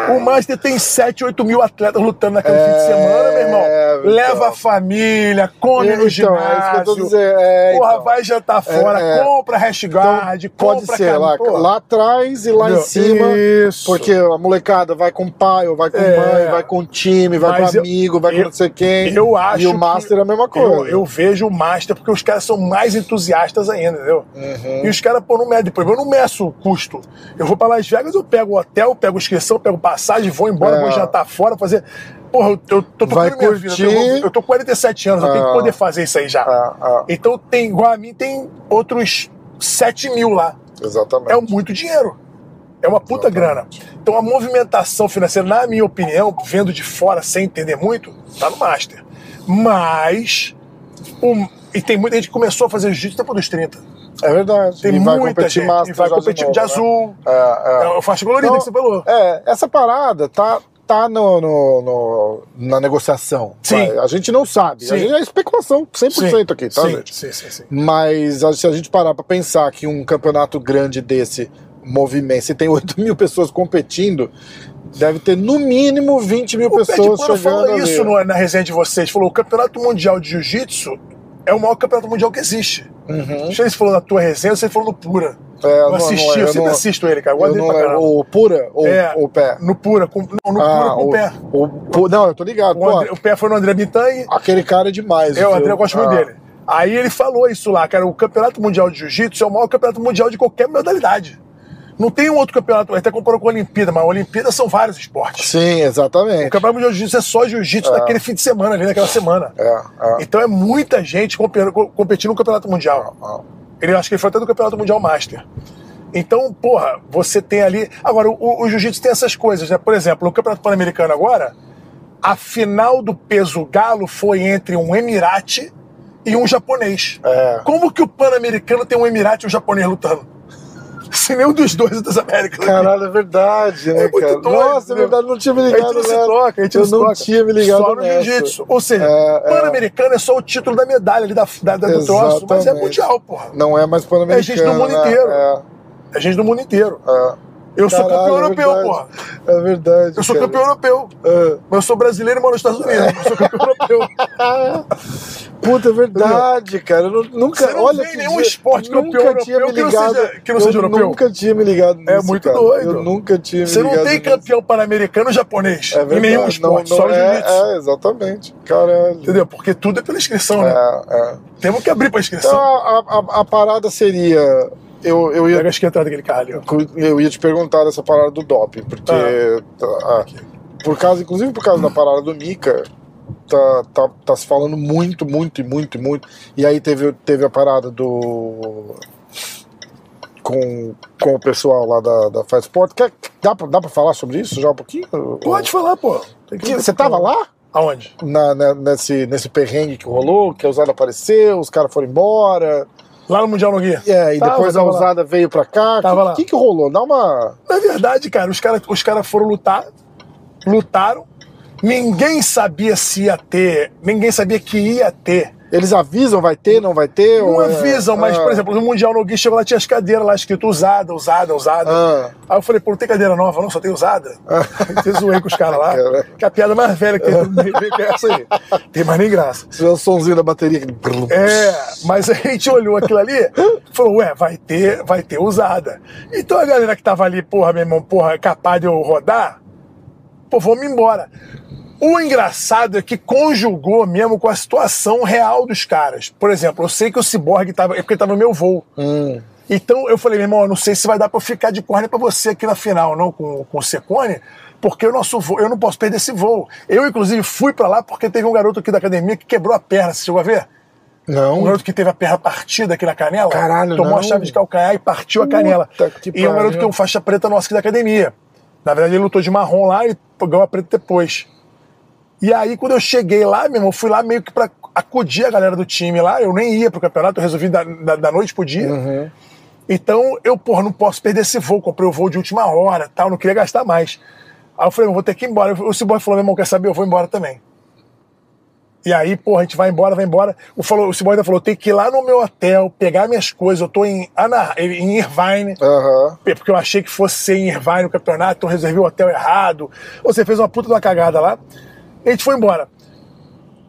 Speaker 2: O Master tem 7, 8 mil atletas lutando naquele fim de semana, meu irmão.
Speaker 1: É, então.
Speaker 2: Leva a família, come
Speaker 1: É,
Speaker 2: no
Speaker 1: então,
Speaker 2: ginásio.
Speaker 1: é isso que eu tô dizendo, é,
Speaker 2: porra,
Speaker 1: então.
Speaker 2: vai jantar fora,
Speaker 1: É, é.
Speaker 2: compra hash guard,
Speaker 1: Pode
Speaker 2: compra
Speaker 1: ser lá,
Speaker 2: cam- porra.
Speaker 1: lá atrás e lá em
Speaker 2: Entendeu?
Speaker 1: cima.
Speaker 2: Isso.
Speaker 1: Porque a molecada vai com o pai, ou vai com a
Speaker 2: É.
Speaker 1: mãe, vai com o time, vai
Speaker 2: Mas
Speaker 1: com
Speaker 2: eu-
Speaker 1: amigo, vai com
Speaker 2: eu-
Speaker 1: não sei quem.
Speaker 2: Eu acho.
Speaker 1: E o Master
Speaker 2: que
Speaker 1: é a mesma
Speaker 2: Eu,
Speaker 1: coisa.
Speaker 2: eu vejo o Master porque os caras são mais entusiastas ainda, entendeu?
Speaker 1: Uhum.
Speaker 2: E os caras, pô, não medem. Por exemplo, eu não meço o custo. Eu vou pra Las Vegas, eu pego o hotel, pego inscrição, pego passagem, vou embora,
Speaker 1: É.
Speaker 2: vou jantar fora, fazer. Porra, eu, eu tô
Speaker 1: Vai
Speaker 2: tocando minha vida. Eu,
Speaker 1: curtir.
Speaker 2: tenho- eu tô com 47 anos, eu tenho
Speaker 1: Ah.
Speaker 2: que poder fazer isso aí já.
Speaker 1: Ah, ah,
Speaker 2: Então tem, igual a mim, tem outros 7 mil lá
Speaker 1: exatamente.
Speaker 2: é muito dinheiro. É uma puta grana. Então a movimentação financeira, na minha opinião, vendo de fora sem entender muito, tá no Master. Mas. o- e tem muita gente que começou a fazer jiu-jitsu depois dos 30.
Speaker 1: É verdade.
Speaker 2: um- Tem
Speaker 1: e vai
Speaker 2: muita
Speaker 1: competir
Speaker 2: gente.
Speaker 1: Master
Speaker 2: e vai
Speaker 1: já de
Speaker 2: competir
Speaker 1: novo,
Speaker 2: de,
Speaker 1: né?
Speaker 2: azul.
Speaker 1: É, é.
Speaker 2: É. a faixa colorida
Speaker 1: Então,
Speaker 2: que você falou.
Speaker 1: É, essa parada tá, tá no, no- no- na negociação.
Speaker 2: Sim.
Speaker 1: vai. A gente não sabe. A
Speaker 2: Sim.
Speaker 1: gente é especulação 100% aqui, tá,
Speaker 2: sim,
Speaker 1: gente?
Speaker 2: Sim, sim, sim.
Speaker 1: Mas a- se a gente parar pra pensar que um campeonato grande desse movimento, se tem 8 mil pessoas competindo, deve ter no mínimo 20 mil
Speaker 2: O
Speaker 1: pessoas
Speaker 2: Pet
Speaker 1: chegando
Speaker 2: Pano falou
Speaker 1: ali.
Speaker 2: isso no- na resenha de vocês. Falou: o campeonato mundial de jiu-jitsu é o maior campeonato mundial que existe.
Speaker 1: Uhum.
Speaker 2: Não sei se falou na tua resenha, você falou no Pura.
Speaker 1: É,
Speaker 2: é? eu assisti, tá assim, eu, sempre
Speaker 1: não-
Speaker 2: assisto ele, cara. Eu
Speaker 1: eu
Speaker 2: gosto dele
Speaker 1: não
Speaker 2: pra
Speaker 1: lembro.
Speaker 2: caramba.
Speaker 1: O pura ou
Speaker 2: É.
Speaker 1: o pé? Ah,
Speaker 2: No Pura, com, não, no Pura com o pé.
Speaker 1: o, o pu- não, eu tô ligado.
Speaker 2: O,
Speaker 1: Pô,
Speaker 2: André, o pé foi no André Bittangue,
Speaker 1: aquele cara é demais.
Speaker 2: é, o
Speaker 1: viu?
Speaker 2: André eu gosto muito
Speaker 1: Ah.
Speaker 2: dele. Aí ele falou isso lá, cara, o Campeonato Mundial de Jiu-Jitsu é o maior campeonato mundial de qualquer modalidade. Não tem um outro campeonato, até comparou com a Olimpíada, mas a Olimpíada são vários esportes.
Speaker 1: Sim,
Speaker 2: O
Speaker 1: exatamente.
Speaker 2: Campeonato Mundial de Jiu-Jitsu é só Jiu-Jitsu naquele fim de semana, ali naquela semana.
Speaker 1: É, é.
Speaker 2: Então é muita gente compe- co- competindo no Campeonato Mundial.
Speaker 1: Ah.
Speaker 2: Ele acho que ele foi até do Campeonato Mundial Master. Então, porra, você tem ali. Agora, o, o Jiu-Jitsu tem essas coisas, né? Por exemplo, no Campeonato Pan-Americano agora, a final do peso galo foi entre um Emirate e um japonês.
Speaker 1: É.
Speaker 2: Como que o Pan-Americano tem um Emirate e um japonês lutando? sem nenhum dos dois das Américas.
Speaker 1: Caralho, é verdade, né,
Speaker 2: É muito
Speaker 1: cara?
Speaker 2: doido,
Speaker 1: Nossa, é
Speaker 2: meu.
Speaker 1: verdade, não tinha me
Speaker 2: A
Speaker 1: ligado.
Speaker 2: gente não se
Speaker 1: nessa.
Speaker 2: troca, a gente
Speaker 1: Eu
Speaker 2: não se
Speaker 1: não
Speaker 2: troca.
Speaker 1: tinha me ligado.
Speaker 2: Só no
Speaker 1: nessa.
Speaker 2: jiu-jitsu. Ou seja,
Speaker 1: É, é.
Speaker 2: Pan-Americano é só o título da medalha ali da, da, da- do troço, mas é
Speaker 1: Exatamente.
Speaker 2: mundial, porra.
Speaker 1: Não é mais pan-americano.
Speaker 2: É gente do mundo
Speaker 1: né?
Speaker 2: inteiro.
Speaker 1: É,
Speaker 2: É gente do mundo inteiro.
Speaker 1: é.
Speaker 2: Eu sou
Speaker 1: Caralho, é
Speaker 2: campeão europeu,
Speaker 1: verdade.
Speaker 2: porra.
Speaker 1: É verdade.
Speaker 2: Eu sou
Speaker 1: cara.
Speaker 2: campeão europeu.
Speaker 1: É.
Speaker 2: Mas eu sou brasileiro e moro nos Estados Unidos. Eu sou campeão europeu.
Speaker 1: Puta, é verdade, cara. Eu nu- nunca.
Speaker 2: Você não
Speaker 1: olha
Speaker 2: vê
Speaker 1: que
Speaker 2: nenhum
Speaker 1: dia-
Speaker 2: esporte
Speaker 1: nunca
Speaker 2: campeão europeu
Speaker 1: tinha me
Speaker 2: que não
Speaker 1: ligado,
Speaker 2: seja- que não seja
Speaker 1: eu
Speaker 2: europeu. É
Speaker 1: Nunca tinha me ligado nisso.
Speaker 2: muito
Speaker 1: cara.
Speaker 2: doido.
Speaker 1: Eu nunca tinha me
Speaker 2: Você
Speaker 1: ligado.
Speaker 2: não tem
Speaker 1: nisso.
Speaker 2: campeão pan-americano japonês.
Speaker 1: É verdade,
Speaker 2: em nenhum esporte,
Speaker 1: não,
Speaker 2: só
Speaker 1: não,
Speaker 2: no
Speaker 1: é,
Speaker 2: jiu-jitsu.
Speaker 1: é, exatamente. Caralho.
Speaker 2: Entendeu? Porque tudo é pela inscrição, né?
Speaker 1: É, é.
Speaker 2: Temos que abrir pra
Speaker 1: Então a,
Speaker 2: inscrição.
Speaker 1: a- a- a parada seria. Eu, eu, ia,
Speaker 2: Pega a esquerda daquele carro ali, ó.
Speaker 1: eu ia te perguntar dessa parada do doping, porque. tá, ah, por causa, inclusive por causa da parada do Mika, tá, tá, tá se falando muito, muito, e muito, e muito. E aí teve, teve a parada do. Com, com o pessoal lá da, da Fight Sport. Quer, dá, pra, dá pra falar sobre isso já um pouquinho?
Speaker 2: Pode falar, pô. Tem que-
Speaker 1: Que- Você tava lá?
Speaker 2: Aonde?
Speaker 1: Na, na- nesse, nesse perrengue que rolou, que a usada apareceu, os caras foram embora.
Speaker 2: Lá no Mundial no Guia.
Speaker 1: É, e
Speaker 2: Tava,
Speaker 1: depois a
Speaker 2: tava lá.
Speaker 1: usada veio pra cá.
Speaker 2: Tava
Speaker 1: O
Speaker 2: lá.
Speaker 1: que, que, que rolou? Dá uma.
Speaker 2: Na é verdade, cara, os caras os cara foram lutar, lutaram. Ninguém sabia se ia ter, ninguém sabia que ia ter.
Speaker 1: Eles avisam, vai ter, não vai ter?
Speaker 2: Não
Speaker 1: ou é-
Speaker 2: avisam, mas,
Speaker 1: Ah,
Speaker 2: por exemplo, no Mundial no Guia chegou lá, tinha as cadeiras lá escrito usada, usada, usada.
Speaker 1: Ah.
Speaker 2: Aí eu falei, pô, não tem cadeira nova, não, só tem usada. Aí eu zoei com os caras lá.
Speaker 1: Caraca.
Speaker 2: Que é a piada mais velha que tem do meio que é essa aí. Tem mais nem graça.
Speaker 1: Você vê o somzinho da bateria. que-
Speaker 2: É, mas a gente olhou aquilo ali e falou, ué, vai ter, vai ter usada. Então a galera que tava ali, porra, meu irmão, porra, capaz de eu rodar, pô, vamos embora. O engraçado é que conjugou mesmo com a situação real dos caras. Por exemplo, eu sei que o Cyborg tava, é porque ele tava no meu voo.
Speaker 1: Hum.
Speaker 2: Então eu falei, meu irmão, eu não sei se vai dar pra eu ficar de corne pra você aqui na final, não, com, com o Secone, porque o nosso voo, eu não posso perder esse voo. Eu, inclusive, fui pra lá porque teve um garoto aqui da academia que quebrou a perna, você chegou a ver? Um
Speaker 1: Não.
Speaker 2: garoto que teve a perna partida aqui na canela.
Speaker 1: Caralho,
Speaker 2: Tomou
Speaker 1: não.
Speaker 2: a chave de calcanhar e partiu a
Speaker 1: Puta
Speaker 2: canela.
Speaker 1: que
Speaker 2: E é um
Speaker 1: pariu.
Speaker 2: garoto que é um faixa preta nosso aqui da academia. Na verdade, ele lutou de marrom lá e ganhou a preta depois. E aí, quando eu cheguei lá, meu irmão, fui lá meio que pra acudir a galera do time lá. Eu nem ia pro campeonato, eu resolvi da, da, da noite pro dia.
Speaker 1: Uhum.
Speaker 2: Então, eu, porra, não posso perder esse voo. Comprei o voo de última hora tal, não queria gastar mais. Aí eu falei, meu, vou ter que ir embora. O Cyborg falou, meu irmão, quer saber? Eu vou embora também. E aí, porra, a gente vai embora, vai embora. O, falou, o Cyborg ainda falou, tem que ir lá no meu hotel, pegar minhas coisas. Eu tô em, Ana, em Irvine,
Speaker 1: Aham.
Speaker 2: É porque eu achei que fosse ser em Irvine no campeonato, então eu reservei o hotel errado. Ou Você fez uma puta de uma cagada lá. E a gente foi embora.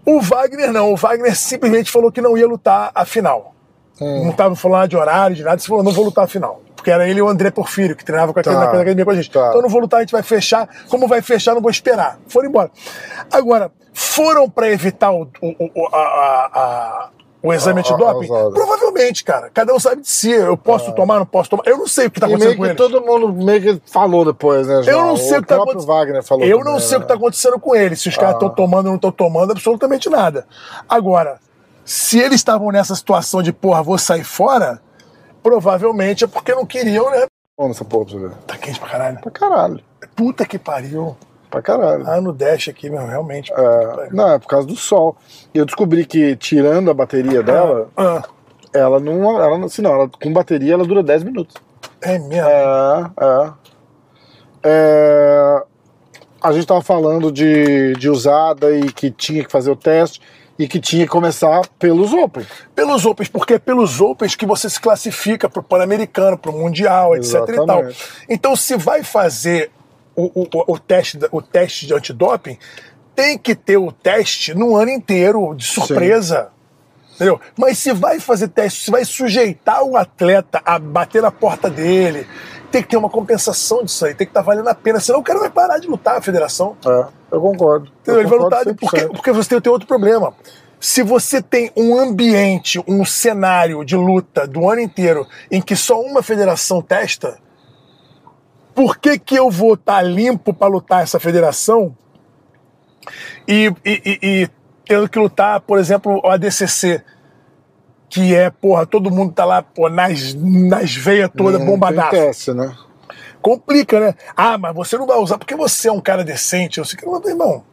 Speaker 2: O Wagner não, o Wagner simplesmente falou que não ia lutar a final.
Speaker 1: Hum.
Speaker 2: Não tava falando nada de horário, de nada, ele falou, não vou lutar a final. Porque era ele e o André Porfírio, que treinava com a
Speaker 1: Tá.
Speaker 2: na academia com a gente.
Speaker 1: Tá.
Speaker 2: Então não vou lutar, a gente vai fechar. Como vai fechar, não vou esperar. Foram embora. Agora, foram para evitar o, o, o, a- a- a- o exame
Speaker 1: A- a-
Speaker 2: antidoping?
Speaker 1: as horas.
Speaker 2: Provavelmente, cara. Cada um sabe de si. Eu posso tomar, não posso tomar. Eu não sei o que tá
Speaker 1: Ah. E
Speaker 2: acontecendo
Speaker 1: meio
Speaker 2: com
Speaker 1: que
Speaker 2: eles.
Speaker 1: todo mundo meio que falou depois, né, João?
Speaker 2: Eu não sei o que tá
Speaker 1: próprio
Speaker 2: acontecendo.
Speaker 1: Wagner falou.
Speaker 2: Eu
Speaker 1: também,
Speaker 2: não sei o
Speaker 1: né? Ah.
Speaker 2: que tá acontecendo com ele. Se os caras estão tomando ou não estão tomando, absolutamente nada. Agora, se eles estavam nessa situação de, porra, vou sair fora, provavelmente é porque não queriam, né?
Speaker 1: Bom nessa porra, pra você ver.
Speaker 2: Tá quente pra caralho.
Speaker 1: Pra caralho.
Speaker 2: Puta que pariu.
Speaker 1: Pra caralho.
Speaker 2: Ah, no dash aqui, meu, realmente. puta que
Speaker 1: É,
Speaker 2: pariu.
Speaker 1: não, é por causa do sol. E eu descobri que tirando a bateria dela,
Speaker 2: Ah,
Speaker 1: ela não. Ela, não- assim, não, ela, com bateria ela dura 10 minutos.
Speaker 2: é mesmo.
Speaker 1: É, é. É, a gente tava falando de, de usada e que tinha que fazer o teste e que tinha que começar pelos Open.
Speaker 2: Pelos Opens, porque é pelos Opens que você se classifica pro Pan-Americano, pro Mundial, etc e tal.
Speaker 1: Exatamente.
Speaker 2: Então, se vai fazer o, o- o- o teste, da- o teste de antidoping, tem que ter o teste no ano inteiro, de surpresa. Entendeu? Mas se vai fazer teste, se vai sujeitar o atleta a bater na porta dele, tem que ter uma compensação disso aí, tem que estar valendo a pena, senão o cara vai parar de lutar, a federação.
Speaker 1: É, eu concordo. Eu
Speaker 2: Entendeu? Ele vai
Speaker 1: concordo
Speaker 2: lutar é porque,
Speaker 1: 100%.
Speaker 2: porque você tem, tem outro problema. Se você tem um ambiente, um cenário de luta do ano inteiro em que só uma federação testa, por que, que eu vou estar limpo para lutar essa federação e, e- e- e tendo que lutar, por exemplo, o ADCC, que é, porra, todo mundo tá lá, pô, nas, nas veias toda,
Speaker 1: Não
Speaker 2: bombadaço
Speaker 1: tem teste, né?
Speaker 2: complica, né? Ah, mas você não vai usar porque você é um cara decente. Eu sei que, meu irmão,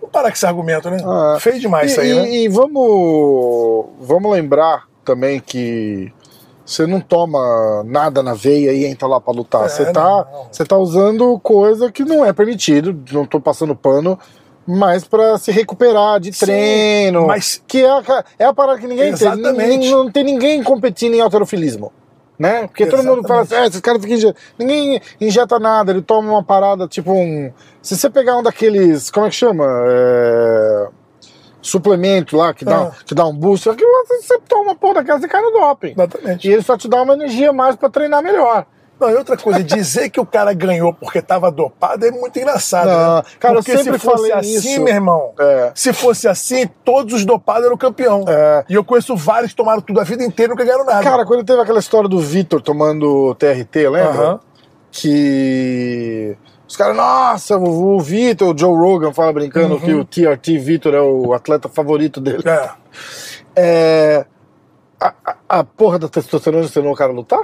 Speaker 2: vamos parar com esse argumento, né?
Speaker 1: Ah.
Speaker 2: Feio demais né?
Speaker 1: e,
Speaker 2: isso aí,
Speaker 1: e-
Speaker 2: né?
Speaker 1: e vamos, vamos lembrar também que Você não toma nada na veia e entra lá para lutar.
Speaker 2: É,
Speaker 1: Você
Speaker 2: não,
Speaker 1: tá,
Speaker 2: não.
Speaker 1: você tá usando coisa que não é permitido, não tô passando pano, mas para se recuperar de
Speaker 2: Sim,
Speaker 1: treino.
Speaker 2: mas-
Speaker 1: que é a, é a parada que ninguém
Speaker 2: Exatamente.
Speaker 1: tem. Ninguém- Não tem ninguém competindo em alterofilismo. Né? Porque todo mundo fala assim, "Ah, esses caras ficam injetando. Ninguém injeta nada, ele toma uma parada tipo um. Se você pegar um daqueles. Como é que chama? É, Suplemento lá que dá,
Speaker 2: Ah.
Speaker 1: que dá um boost, aquilo lá, você- você toma uma porra daquela, você cai no doping.
Speaker 2: Exatamente.
Speaker 1: E ele só te dá uma energia a mais pra treinar melhor.
Speaker 2: Não, e outra coisa, dizer que o cara ganhou porque tava dopado é muito engraçado.
Speaker 1: Não,
Speaker 2: né?
Speaker 1: cara, eu
Speaker 2: porque
Speaker 1: sempre
Speaker 2: se fosse
Speaker 1: falei
Speaker 2: assim,
Speaker 1: isso.
Speaker 2: meu irmão,
Speaker 1: É.
Speaker 2: se fosse assim, todos os dopados eram campeão.
Speaker 1: É.
Speaker 2: E eu conheço vários que tomaram tudo a vida inteira e nunca ganharam nada.
Speaker 1: Cara, quando teve aquela história do Vitor tomando TRT, lembra?
Speaker 2: Aham.
Speaker 1: Que. Os caras, nossa, o o Vitor, o Joe Rogan fala brincando
Speaker 2: Uhum.
Speaker 1: que o TRT Vitor é o atleta favorito dele.
Speaker 2: É.
Speaker 1: É. A, a- a porra da testosterona ensinou o cara a lutar?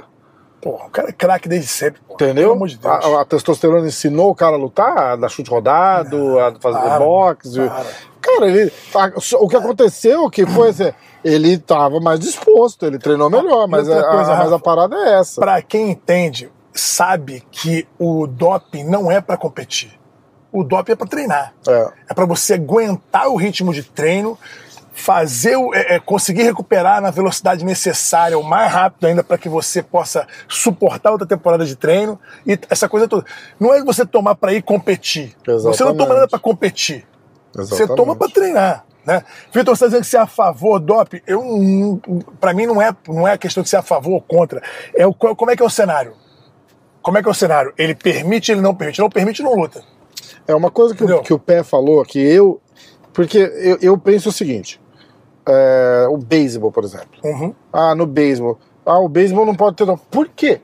Speaker 2: Porra, o cara é craque desde sempre, porra.
Speaker 1: Entendeu? Ah,
Speaker 2: Pelo amor de Deus.
Speaker 1: A, a testosterona ensinou o cara a lutar, a dar chute rodado, a fazer
Speaker 2: para,
Speaker 1: boxe.
Speaker 2: para.
Speaker 1: Cara, ele, a- so- o que aconteceu que foi assim, ele tava mais disposto, ele treinou melhor, mas,
Speaker 2: Ah, outra
Speaker 1: a,
Speaker 2: coisa,
Speaker 1: a- mas
Speaker 2: Rafa.
Speaker 1: a parada é essa.
Speaker 2: Pra quem entende, sabe que o doping não é pra competir. O doping é pra treinar.
Speaker 1: É.
Speaker 2: É pra você aguentar o ritmo de treino, fazer o, é, é, conseguir recuperar na velocidade necessária, o mais rápido ainda, pra que você possa suportar outra temporada de treino e t- essa coisa toda. Não é você tomar pra ir competir. Você não
Speaker 1: Exatamente.
Speaker 2: toma nada pra competir. Você
Speaker 1: Exatamente.
Speaker 2: toma pra treinar. Né? Vitor, você está dizendo que você é a favor do doping? Eu, não- pra mim, não é, não é a questão de ser a favor ou contra. É o, qual- como é que é o cenário? Como é que é o cenário? Ele permite, ele não permite. Não permite, não luta.
Speaker 1: É uma coisa que, o-
Speaker 2: Entendeu?
Speaker 1: que o Pé falou que eu. Porque eu, eu penso o seguinte: é, o beisebol, por exemplo.
Speaker 2: Uhum.
Speaker 1: Ah, no beisebol. Ah, o beisebol não pode ter. doping. Por quê?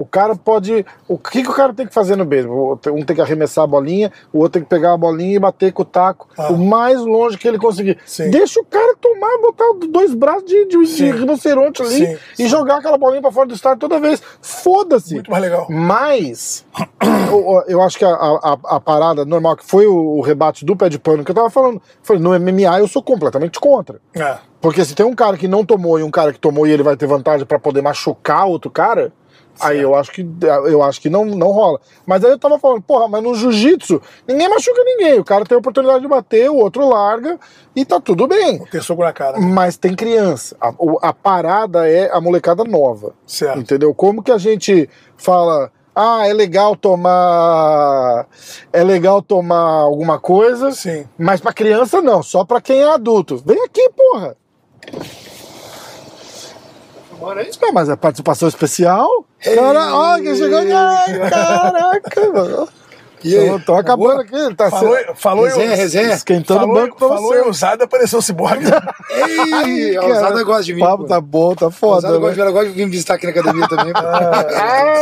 Speaker 1: O cara pode. O que, que o cara tem que fazer no beisebol? Um tem que arremessar a bolinha, o outro tem que pegar a bolinha e bater com o taco
Speaker 2: Ah.
Speaker 1: o mais longe que ele conseguir.
Speaker 2: Sim.
Speaker 1: Deixa o cara tomar, botar dois braços de, de, de
Speaker 2: Sim.
Speaker 1: rinoceronte ali
Speaker 2: Sim,
Speaker 1: e jogar aquela bolinha pra fora do estádio toda vez. Foda-se.
Speaker 2: Muito mais
Speaker 1: Hum.
Speaker 2: legal.
Speaker 1: Mas eu, eu acho que a, a- a parada normal, que foi o, o rebate do pé de pano que eu tava falando, foi no MMA eu sou completamente contra.
Speaker 2: É.
Speaker 1: Porque se tem um cara que não tomou e um cara que tomou e ele vai ter vantagem pra poder machucar outro cara, aí eu acho que eu acho que não, não rola. Mas aí eu tava falando, porra, mas no jiu-jitsu ninguém machuca ninguém. O cara tem a oportunidade de bater, o outro larga e tá tudo bem.
Speaker 2: Ter soco na cara.
Speaker 1: Mas tem criança. A, o- a parada é a molecada nova.
Speaker 2: Certo.
Speaker 1: Entendeu? Como que a gente fala, ah, é legal tomar. É legal tomar alguma coisa.
Speaker 2: Sim.
Speaker 1: Mas pra criança não, só pra quem é adulto. Vem aqui, porra. Ah, mas é participação especial? Cara, ó, quem chegou. Ai, caraca, mano.
Speaker 3: E aí?
Speaker 1: Tô, tô acabando aqui, ele tá
Speaker 2: Falou, falou
Speaker 3: Resenha,
Speaker 2: eu-
Speaker 3: resenha.
Speaker 1: esquentando o
Speaker 2: falou,
Speaker 1: banco pra
Speaker 2: falou
Speaker 1: você.
Speaker 2: eu usado, apareceu o ciborgue.
Speaker 3: Ei, a
Speaker 1: Cara,
Speaker 3: Ousada gosta de mim.
Speaker 1: O papo
Speaker 3: pô.
Speaker 1: tá bom, tá
Speaker 3: A
Speaker 1: foda.
Speaker 3: Ousada gosta de mim,
Speaker 1: né?
Speaker 3: ela gosta de vir me visitar aqui na academia também. pô.
Speaker 1: Ai,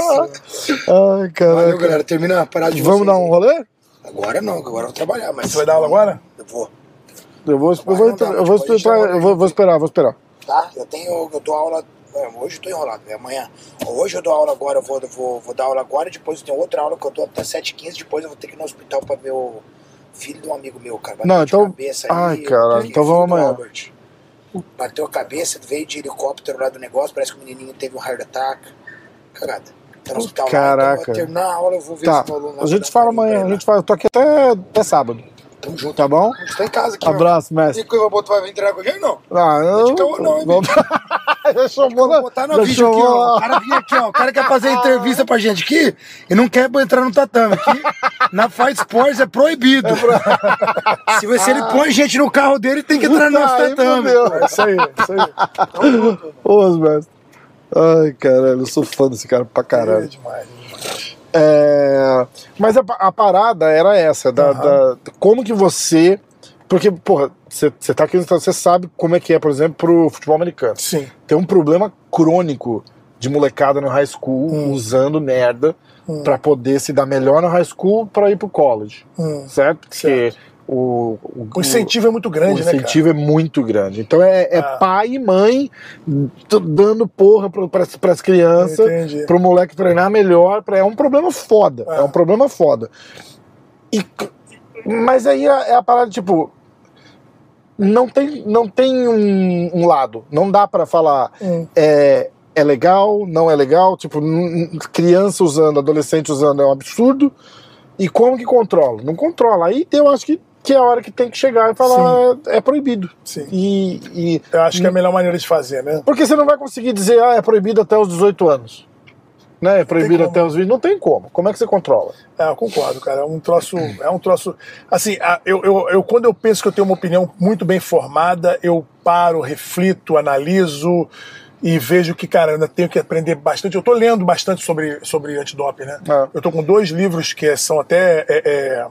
Speaker 3: Valeu,
Speaker 1: caraca.
Speaker 3: galera. Termina a parada de
Speaker 1: Ah, Vamos
Speaker 3: vocês
Speaker 1: dar um
Speaker 3: aí.
Speaker 1: rolê?
Speaker 3: Agora não, agora eu vou trabalhar, mas...
Speaker 2: Você vai dar aula agora?
Speaker 3: Eu vou,
Speaker 1: Eu vou, eu vou,
Speaker 3: Mas não dá,
Speaker 1: entrar-
Speaker 3: mas
Speaker 1: eu vou,
Speaker 3: depois a gente
Speaker 1: esperar-
Speaker 3: dá uma
Speaker 1: eu vou- vou esperar, vou esperar.
Speaker 3: tá? Eu tenho, eu dou aula... é, Hoje eu tô enrolado, é amanhã. Hoje eu dou aula agora, eu vou, eu vou, vou dar aula agora, e depois eu tenho outra aula que eu dou até 7h15, depois eu vou ter que ir no hospital pra ver o filho de um amigo meu, cara. Bateu
Speaker 1: Não,
Speaker 3: de
Speaker 1: então-
Speaker 3: Cabeça
Speaker 1: Ai,
Speaker 3: aí,
Speaker 1: cara,
Speaker 3: filho
Speaker 1: então
Speaker 3: do
Speaker 1: vamos amanhã.
Speaker 3: Albert. Bateu a cabeça, veio de helicóptero lá do negócio, parece que o menininho teve um heart attack. Cagada. Tá no hospital lá, então eu
Speaker 1: Caraca.
Speaker 3: vou terminar a aula, eu vou ver
Speaker 1: Tá,
Speaker 3: se meu aluno lá
Speaker 1: a
Speaker 3: vai
Speaker 1: gente
Speaker 3: dar
Speaker 1: fala
Speaker 3: carinho pra
Speaker 1: amanhã, a
Speaker 3: ele lá.
Speaker 1: gente fala. Eu tô aqui até, até sábado,
Speaker 3: Tamo junto.
Speaker 1: tá bom?
Speaker 3: A gente tá em casa aqui. ó.
Speaker 1: Abraço, mestre.
Speaker 3: E que eu vou tu vai vir entregar com a gente, não?
Speaker 1: Ah, eu...
Speaker 3: de calor não, hein,
Speaker 1: Vamos- Já chamou,
Speaker 3: Vou
Speaker 1: né?
Speaker 3: botar
Speaker 1: Já
Speaker 3: Tá no vídeo aqui,
Speaker 1: chamou
Speaker 3: ó. O
Speaker 1: lá.
Speaker 3: cara vinha aqui, ó. O cara quer fazer entrevista pra gente aqui e não quer entrar no tatame. Aqui na Fight Sports é proibido. Se, você, ele põe gente no carro dele, tem que entrar no nosso
Speaker 1: Aí
Speaker 3: tatame.
Speaker 1: fudeu.
Speaker 2: É isso aí, é isso aí.
Speaker 1: Ô, mestre. Ai, caralho, eu sou fã desse cara pra
Speaker 2: É
Speaker 1: caralho.
Speaker 2: demais, é demais.
Speaker 1: É, Mas a, pa- a parada era essa, da, da- como que você... Porque, porra, você você tá aqui nos Estados Unidos, você sabe como é que é, por exemplo, pro futebol americano.
Speaker 2: Sim.
Speaker 1: tem um problema crônico de molecada no high school
Speaker 2: Hum.
Speaker 1: usando merda pra poder se dar melhor no high school pra ir pro college,
Speaker 2: Hum.
Speaker 1: certo? Porque
Speaker 2: Certo.
Speaker 1: o, o,
Speaker 2: O incentivo é muito grande,
Speaker 1: o
Speaker 2: né, cara?
Speaker 1: incentivo é muito grande. Então é, é
Speaker 2: Ah.
Speaker 1: pai e mãe t- dando porra pro, pras, pras crianças,
Speaker 2: Entendi.
Speaker 1: pro moleque treinar melhor. Pra, é um problema foda.
Speaker 2: Ah.
Speaker 1: É um problema foda. E, c- mas aí é é a parada, tipo. Não tem, não tem um, um lado. Não dá pra falar.
Speaker 2: Hum.
Speaker 1: É, é legal, não é legal, tipo, n- n- criança usando, adolescente usando é um absurdo. E como que controla? Não controla. Aí eu acho que, que é a hora que tem que chegar e falar é, é proibido.
Speaker 2: Sim.
Speaker 1: E, e-
Speaker 2: Eu acho que é a melhor maneira de fazer, né?
Speaker 1: Porque você não vai conseguir dizer, ah, é proibido até os 18 anos. Né? É proibido
Speaker 2: como.
Speaker 1: até os 20. Não tem como. Como é que você controla?
Speaker 2: É, eu concordo, cara. É um troço. É um troço. Assim, a- eu, eu, eu- quando eu penso que eu tenho uma opinião muito bem formada, eu paro, reflito, analiso e vejo que, cara, eu ainda tenho que aprender bastante. Eu tô lendo bastante sobre, sobre antidoping, né?
Speaker 1: Ah.
Speaker 2: Eu tô com dois livros que são até. é, é,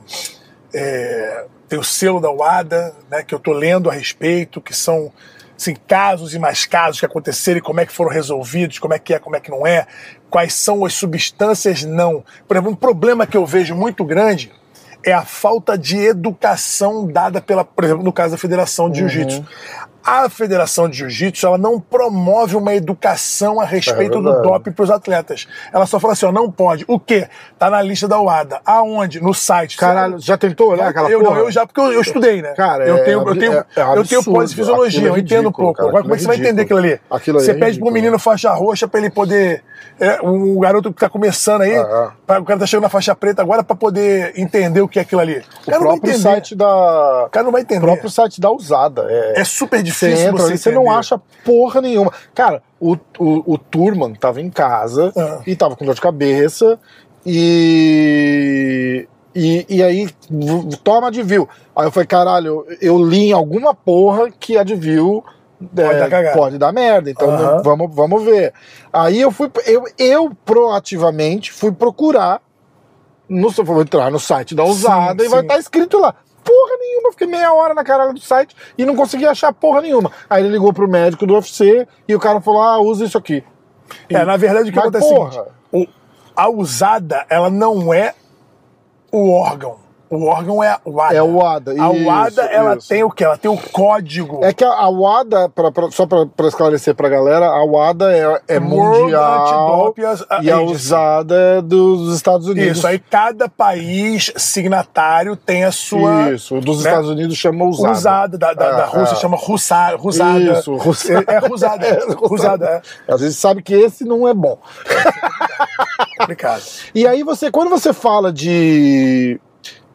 Speaker 2: é, tem o selo da WADA, né? Que eu tô lendo a respeito, que são. Assim, casos e mais casos que aconteceram e como é que foram resolvidos, como é que é, como é que não é, quais são as substâncias não. Por exemplo, um problema que eu vejo muito grande é a falta de educação dada pela, por exemplo, no caso da Federação
Speaker 1: Uhum.
Speaker 2: de Jiu-Jitsu. A Federação de Jiu-Jitsu, ela não promove uma educação a respeito do
Speaker 1: É verdade.
Speaker 2: doping para os atletas. Ela só fala assim, ó, não pode. O quê? Tá na lista da UADA. Aonde? No site.
Speaker 1: Caralho, já tentou olhar "Ah, aquela
Speaker 2: eu,
Speaker 1: porra?
Speaker 2: não, eu já, porque eu, eu estudei, né?
Speaker 1: Cara,
Speaker 2: eu
Speaker 1: é
Speaker 2: tenho, eu
Speaker 1: abs-
Speaker 2: tenho,
Speaker 1: é- é
Speaker 2: eu tenho
Speaker 1: absurdo.
Speaker 2: pós-fisiologia,
Speaker 1: Aquilo
Speaker 2: eu
Speaker 1: é
Speaker 2: entendo um
Speaker 1: ridículo,
Speaker 2: pouco.
Speaker 1: cara,
Speaker 2: Agora, como é que você vai
Speaker 1: aquilo é
Speaker 2: entender aquilo ali?
Speaker 1: ridículo. Aquilo ali
Speaker 2: você
Speaker 1: é
Speaker 2: pede pro
Speaker 1: ridículo.
Speaker 2: menino faixa roxa pra ele poder. é, um garoto que tá começando aí,
Speaker 1: Aham.
Speaker 2: pra- o cara tá chegando na faixa preta agora pra poder entender o que é aquilo ali. O
Speaker 1: O
Speaker 2: cara não vai
Speaker 1: próprio
Speaker 2: entender.
Speaker 1: site da.
Speaker 2: O cara não vai
Speaker 1: O
Speaker 2: entender.
Speaker 1: próprio site da usada.
Speaker 2: É super
Speaker 1: Você
Speaker 2: difícil
Speaker 1: entra
Speaker 2: você,
Speaker 1: ali, você não
Speaker 2: entender.
Speaker 1: acha porra nenhuma. Cara, o, o, o Turman tava em casa
Speaker 2: Ah.
Speaker 1: e tava com dor de cabeça e. E, e aí, v- toma Advil. Aí eu falei, caralho, eu li em alguma porra que Advil é,
Speaker 2: Pode dar cagada.
Speaker 1: pode dar merda, então
Speaker 2: Aham.
Speaker 1: não- vamos, vamos ver. Aí eu fui, eu, eu proativamente fui procurar, no, vou entrar no site da Usada
Speaker 2: Sim,
Speaker 1: e vai
Speaker 2: sim.
Speaker 1: estar escrito lá. Porra nenhuma, fiquei meia hora na caralho do site e não consegui achar porra nenhuma. Aí ele ligou pro médico do UFC e o cara falou: ah, usa isso aqui.
Speaker 2: É, na verdade, o que
Speaker 1: Mas,
Speaker 2: acontece é o seguinte,
Speaker 1: porra.
Speaker 2: o- a usada, ela não é o órgão. O órgão é a UADA.
Speaker 1: É a UADA,
Speaker 2: A
Speaker 1: isso,
Speaker 2: UADA, ela
Speaker 1: isso.
Speaker 2: tem o quê? Ela tem o código.
Speaker 1: É que a, a WADA, pra- pra- só pra, pra esclarecer pra galera, a WADA é, é
Speaker 2: World
Speaker 1: mundial
Speaker 2: Anti-Doping As-
Speaker 1: e a
Speaker 2: Agency.
Speaker 1: usada é dos Estados Unidos.
Speaker 2: Isso, aí cada país signatário tem a sua...
Speaker 1: Isso, dos
Speaker 2: né?
Speaker 1: Estados Unidos chama usada.
Speaker 2: Rusada, da, da,
Speaker 1: É,
Speaker 2: da Rússia
Speaker 1: é.
Speaker 2: chama russa, rusada.
Speaker 1: Isso, rusada.
Speaker 2: É, é rusada.
Speaker 1: É,
Speaker 2: rusada,
Speaker 1: A gente sabe que esse não é bom.
Speaker 2: é complicado.
Speaker 1: E aí você, quando você fala de.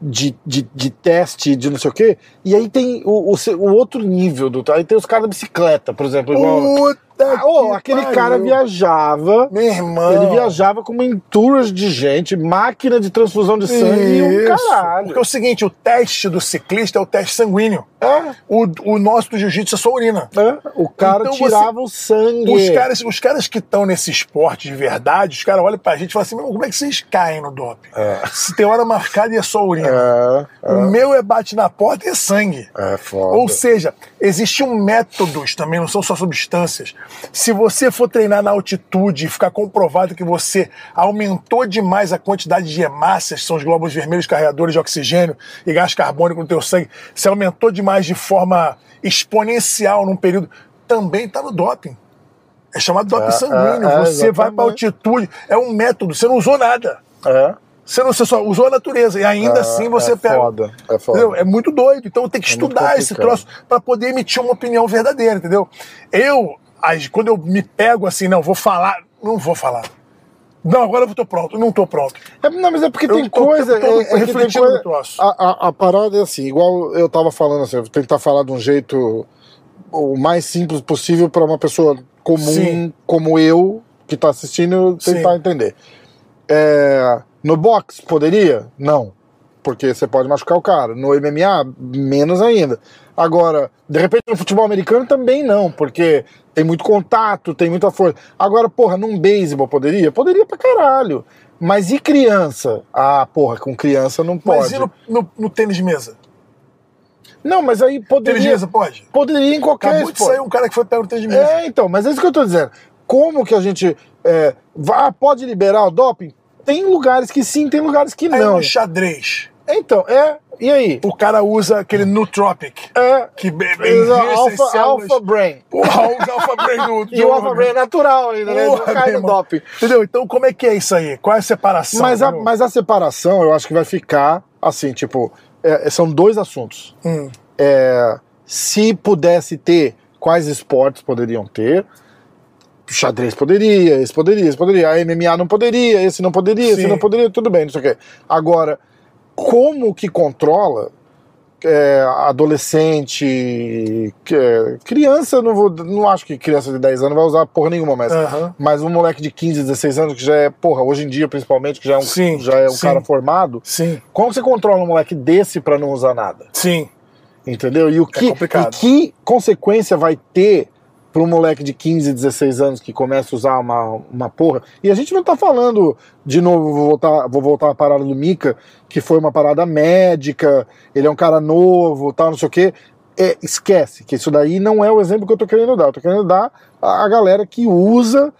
Speaker 1: De, de, de teste, de não sei o quê. E aí tem o, o, se- o outro nível do. Aí tem os caras da bicicleta, por exemplo. Igual,
Speaker 2: Puta
Speaker 1: Ah, ô, aquele cara
Speaker 2: viajou.
Speaker 1: viajava.
Speaker 2: Meu irmão.
Speaker 1: Ele viajava com enturas de gente, máquina de transfusão de sangue e um
Speaker 2: Isso.
Speaker 1: caralho.
Speaker 2: Porque é o seguinte, o teste do ciclista é o teste sanguíneo.
Speaker 1: É,
Speaker 2: O, o nosso do jiu-jitsu é só urina.
Speaker 1: é. O cara
Speaker 2: Então você-
Speaker 1: tirava o sangue.
Speaker 2: Os caras, os caras que estão nesse esporte de verdade, os caras olham pra gente e falam assim: "Meu, como é que vocês caem no doping? Se tem hora marcada e é só urina.
Speaker 1: É,
Speaker 2: O meu é bate na porta e é sangue.
Speaker 1: é foda.
Speaker 2: Ou seja, existem métodos também, não são só substâncias. Se você for treinar na altitude e ficar comprovado que você aumentou demais a quantidade de hemácias, que são os glóbulos vermelhos carregadores de oxigênio e gás carbônico no teu sangue, se aumentou demais de forma exponencial num período, também está no doping. É chamado doping
Speaker 1: É,
Speaker 2: sanguíneo.
Speaker 1: é, é,
Speaker 2: você vai para
Speaker 1: exatamente.
Speaker 2: altitude, é um método, você não usou nada.
Speaker 1: É.
Speaker 2: Você, não, você só usou a natureza e ainda
Speaker 1: É,
Speaker 2: assim você
Speaker 1: é
Speaker 2: pega.
Speaker 1: foda, é foda.
Speaker 2: Entendeu? É muito doido. Então tem que
Speaker 1: muito
Speaker 2: estudar esse
Speaker 1: complicado.
Speaker 2: troço para poder emitir uma opinião verdadeira, entendeu? Eu, as- quando eu me pego assim, não, vou falar, não vou falar. Não, agora eu tô pronto, não tô pronto.
Speaker 1: É, não, mas é porque
Speaker 2: Eu
Speaker 1: tem
Speaker 2: tô-
Speaker 1: coisa.
Speaker 2: eu tô
Speaker 1: é- é que tem
Speaker 2: refletindo
Speaker 1: coisa-
Speaker 2: no troço.
Speaker 1: A, a, a parada é assim, igual eu tava falando assim, eu vou tentar falar de um jeito o mais simples possível para uma pessoa comum,
Speaker 2: Sim.
Speaker 1: como eu, que tá assistindo, tentar
Speaker 2: Sim.
Speaker 1: entender. É, no box, poderia? Não. Porque você pode machucar o cara. No MMA, menos ainda. Agora, de repente no futebol americano também não, porque tem muito contato, tem muita força. Agora, porra, num beisebol poderia? Poderia pra caralho. Mas e criança? Ah, porra, com criança não pode.
Speaker 2: Mas e no, no- no tênis de mesa?
Speaker 1: Não, mas aí
Speaker 2: Tênis de
Speaker 1: poderia.
Speaker 2: mesa pode?
Speaker 1: Poderia em qualquer
Speaker 2: Acabou de
Speaker 1: esporte.
Speaker 2: sair um cara que foi pego no tênis de mesa.
Speaker 1: É, então, mas é isso que eu tô dizendo. Como que a gente é, vá- pode liberar o doping? Tem lugares que sim, tem lugares que
Speaker 2: Aí
Speaker 1: não.
Speaker 2: no xadrez,
Speaker 1: Então, é. E aí?
Speaker 2: o cara usa aquele nootropic,
Speaker 1: É.
Speaker 2: que be- be-
Speaker 1: Usa
Speaker 2: enriquece as
Speaker 1: alpha,
Speaker 2: células.
Speaker 1: alpha Brain.
Speaker 2: Porra, usa alfa brain do,
Speaker 1: E o
Speaker 2: do-
Speaker 1: alpha Brain é natural ainda, né? Não cai
Speaker 2: Porra, meu
Speaker 1: no
Speaker 2: irmão.
Speaker 1: doping.
Speaker 2: Entendeu? Então, como é que é isso aí? Qual é a separação?
Speaker 1: Mas a,
Speaker 2: entendeu?
Speaker 1: mas a separação, eu acho que vai ficar assim, tipo, é, são dois assuntos.
Speaker 2: Hum.
Speaker 1: É, se pudesse ter, quais esportes poderiam ter? o xadrez poderia, esse poderia, esse poderia, a MMA não poderia, esse não poderia,
Speaker 2: Sim.
Speaker 1: esse não poderia, tudo bem, não sei o quê. Agora, como que controla é, adolescente, que é, criança, não, vou, não acho que criança de 10 anos vai usar porra nenhuma, mas,
Speaker 2: Aham.
Speaker 1: mas um moleque de 15, 16 anos, que já é, porra, hoje em dia principalmente, que já é um,
Speaker 2: Sim,
Speaker 1: já é um
Speaker 2: sim.
Speaker 1: cara formado,
Speaker 2: Sim,
Speaker 1: como você controla um moleque desse pra não usar nada?
Speaker 2: sim.
Speaker 1: Entendeu? E o que,
Speaker 2: complicado.
Speaker 1: e que consequência vai ter para um moleque de 15, 16 anos que começa a usar uma, uma porra? E a gente não tá falando, de novo, vou voltar, vou voltar à parada do Mika, que foi uma parada médica, ele é um cara novo, tal, não sei o quê. É, esquece que isso daí não é o exemplo que eu tô querendo dar. Eu tô querendo dar a, a galera que usa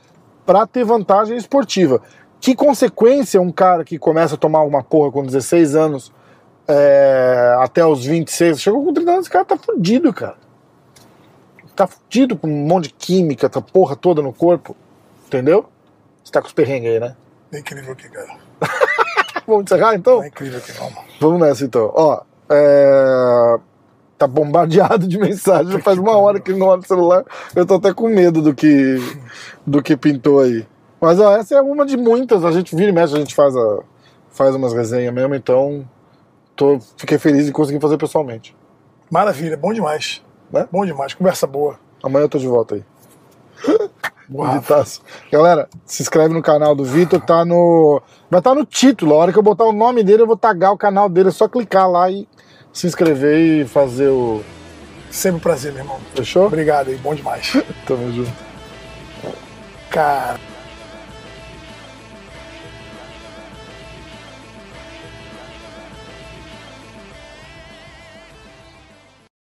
Speaker 1: para ter vantagem esportiva. Que consequência um cara que começa a tomar uma porra com 16 anos é, até os 26, chegou com 30 anos, esse cara tá fudido, cara. Tá fudido com um monte de química, tá porra toda no corpo. Entendeu? Você tá com os perrengues aí, né?
Speaker 2: É incrível aqui, cara.
Speaker 1: Vamos encerrar então?
Speaker 2: É incrível aqui, vamos.
Speaker 1: Vamos nessa então. Ó, é... tá bombardeado de mensagem. Já faz uma hora que não olho o celular. Eu tô até com medo do que, do que pintou aí. Mas ó, essa é uma de muitas. A gente vira e mexe, a gente faz, a... faz umas resenhas mesmo. Então, tô... fiquei feliz em conseguir fazer pessoalmente.
Speaker 2: Maravilha, bom demais.
Speaker 1: Né?
Speaker 2: Bom demais, conversa boa.
Speaker 1: Amanhã eu tô de volta aí.
Speaker 2: Boa.
Speaker 1: Vitaço. Galera, se inscreve no canal do Vitor, tá no. Vai estar no título. A hora que eu botar o nome dele, eu vou tagar o canal dele. É só clicar lá e se inscrever e fazer o.
Speaker 2: Sempre um prazer, meu irmão.
Speaker 1: Fechou?
Speaker 2: Obrigado aí, bom demais.
Speaker 1: Tamo junto.
Speaker 2: Cara.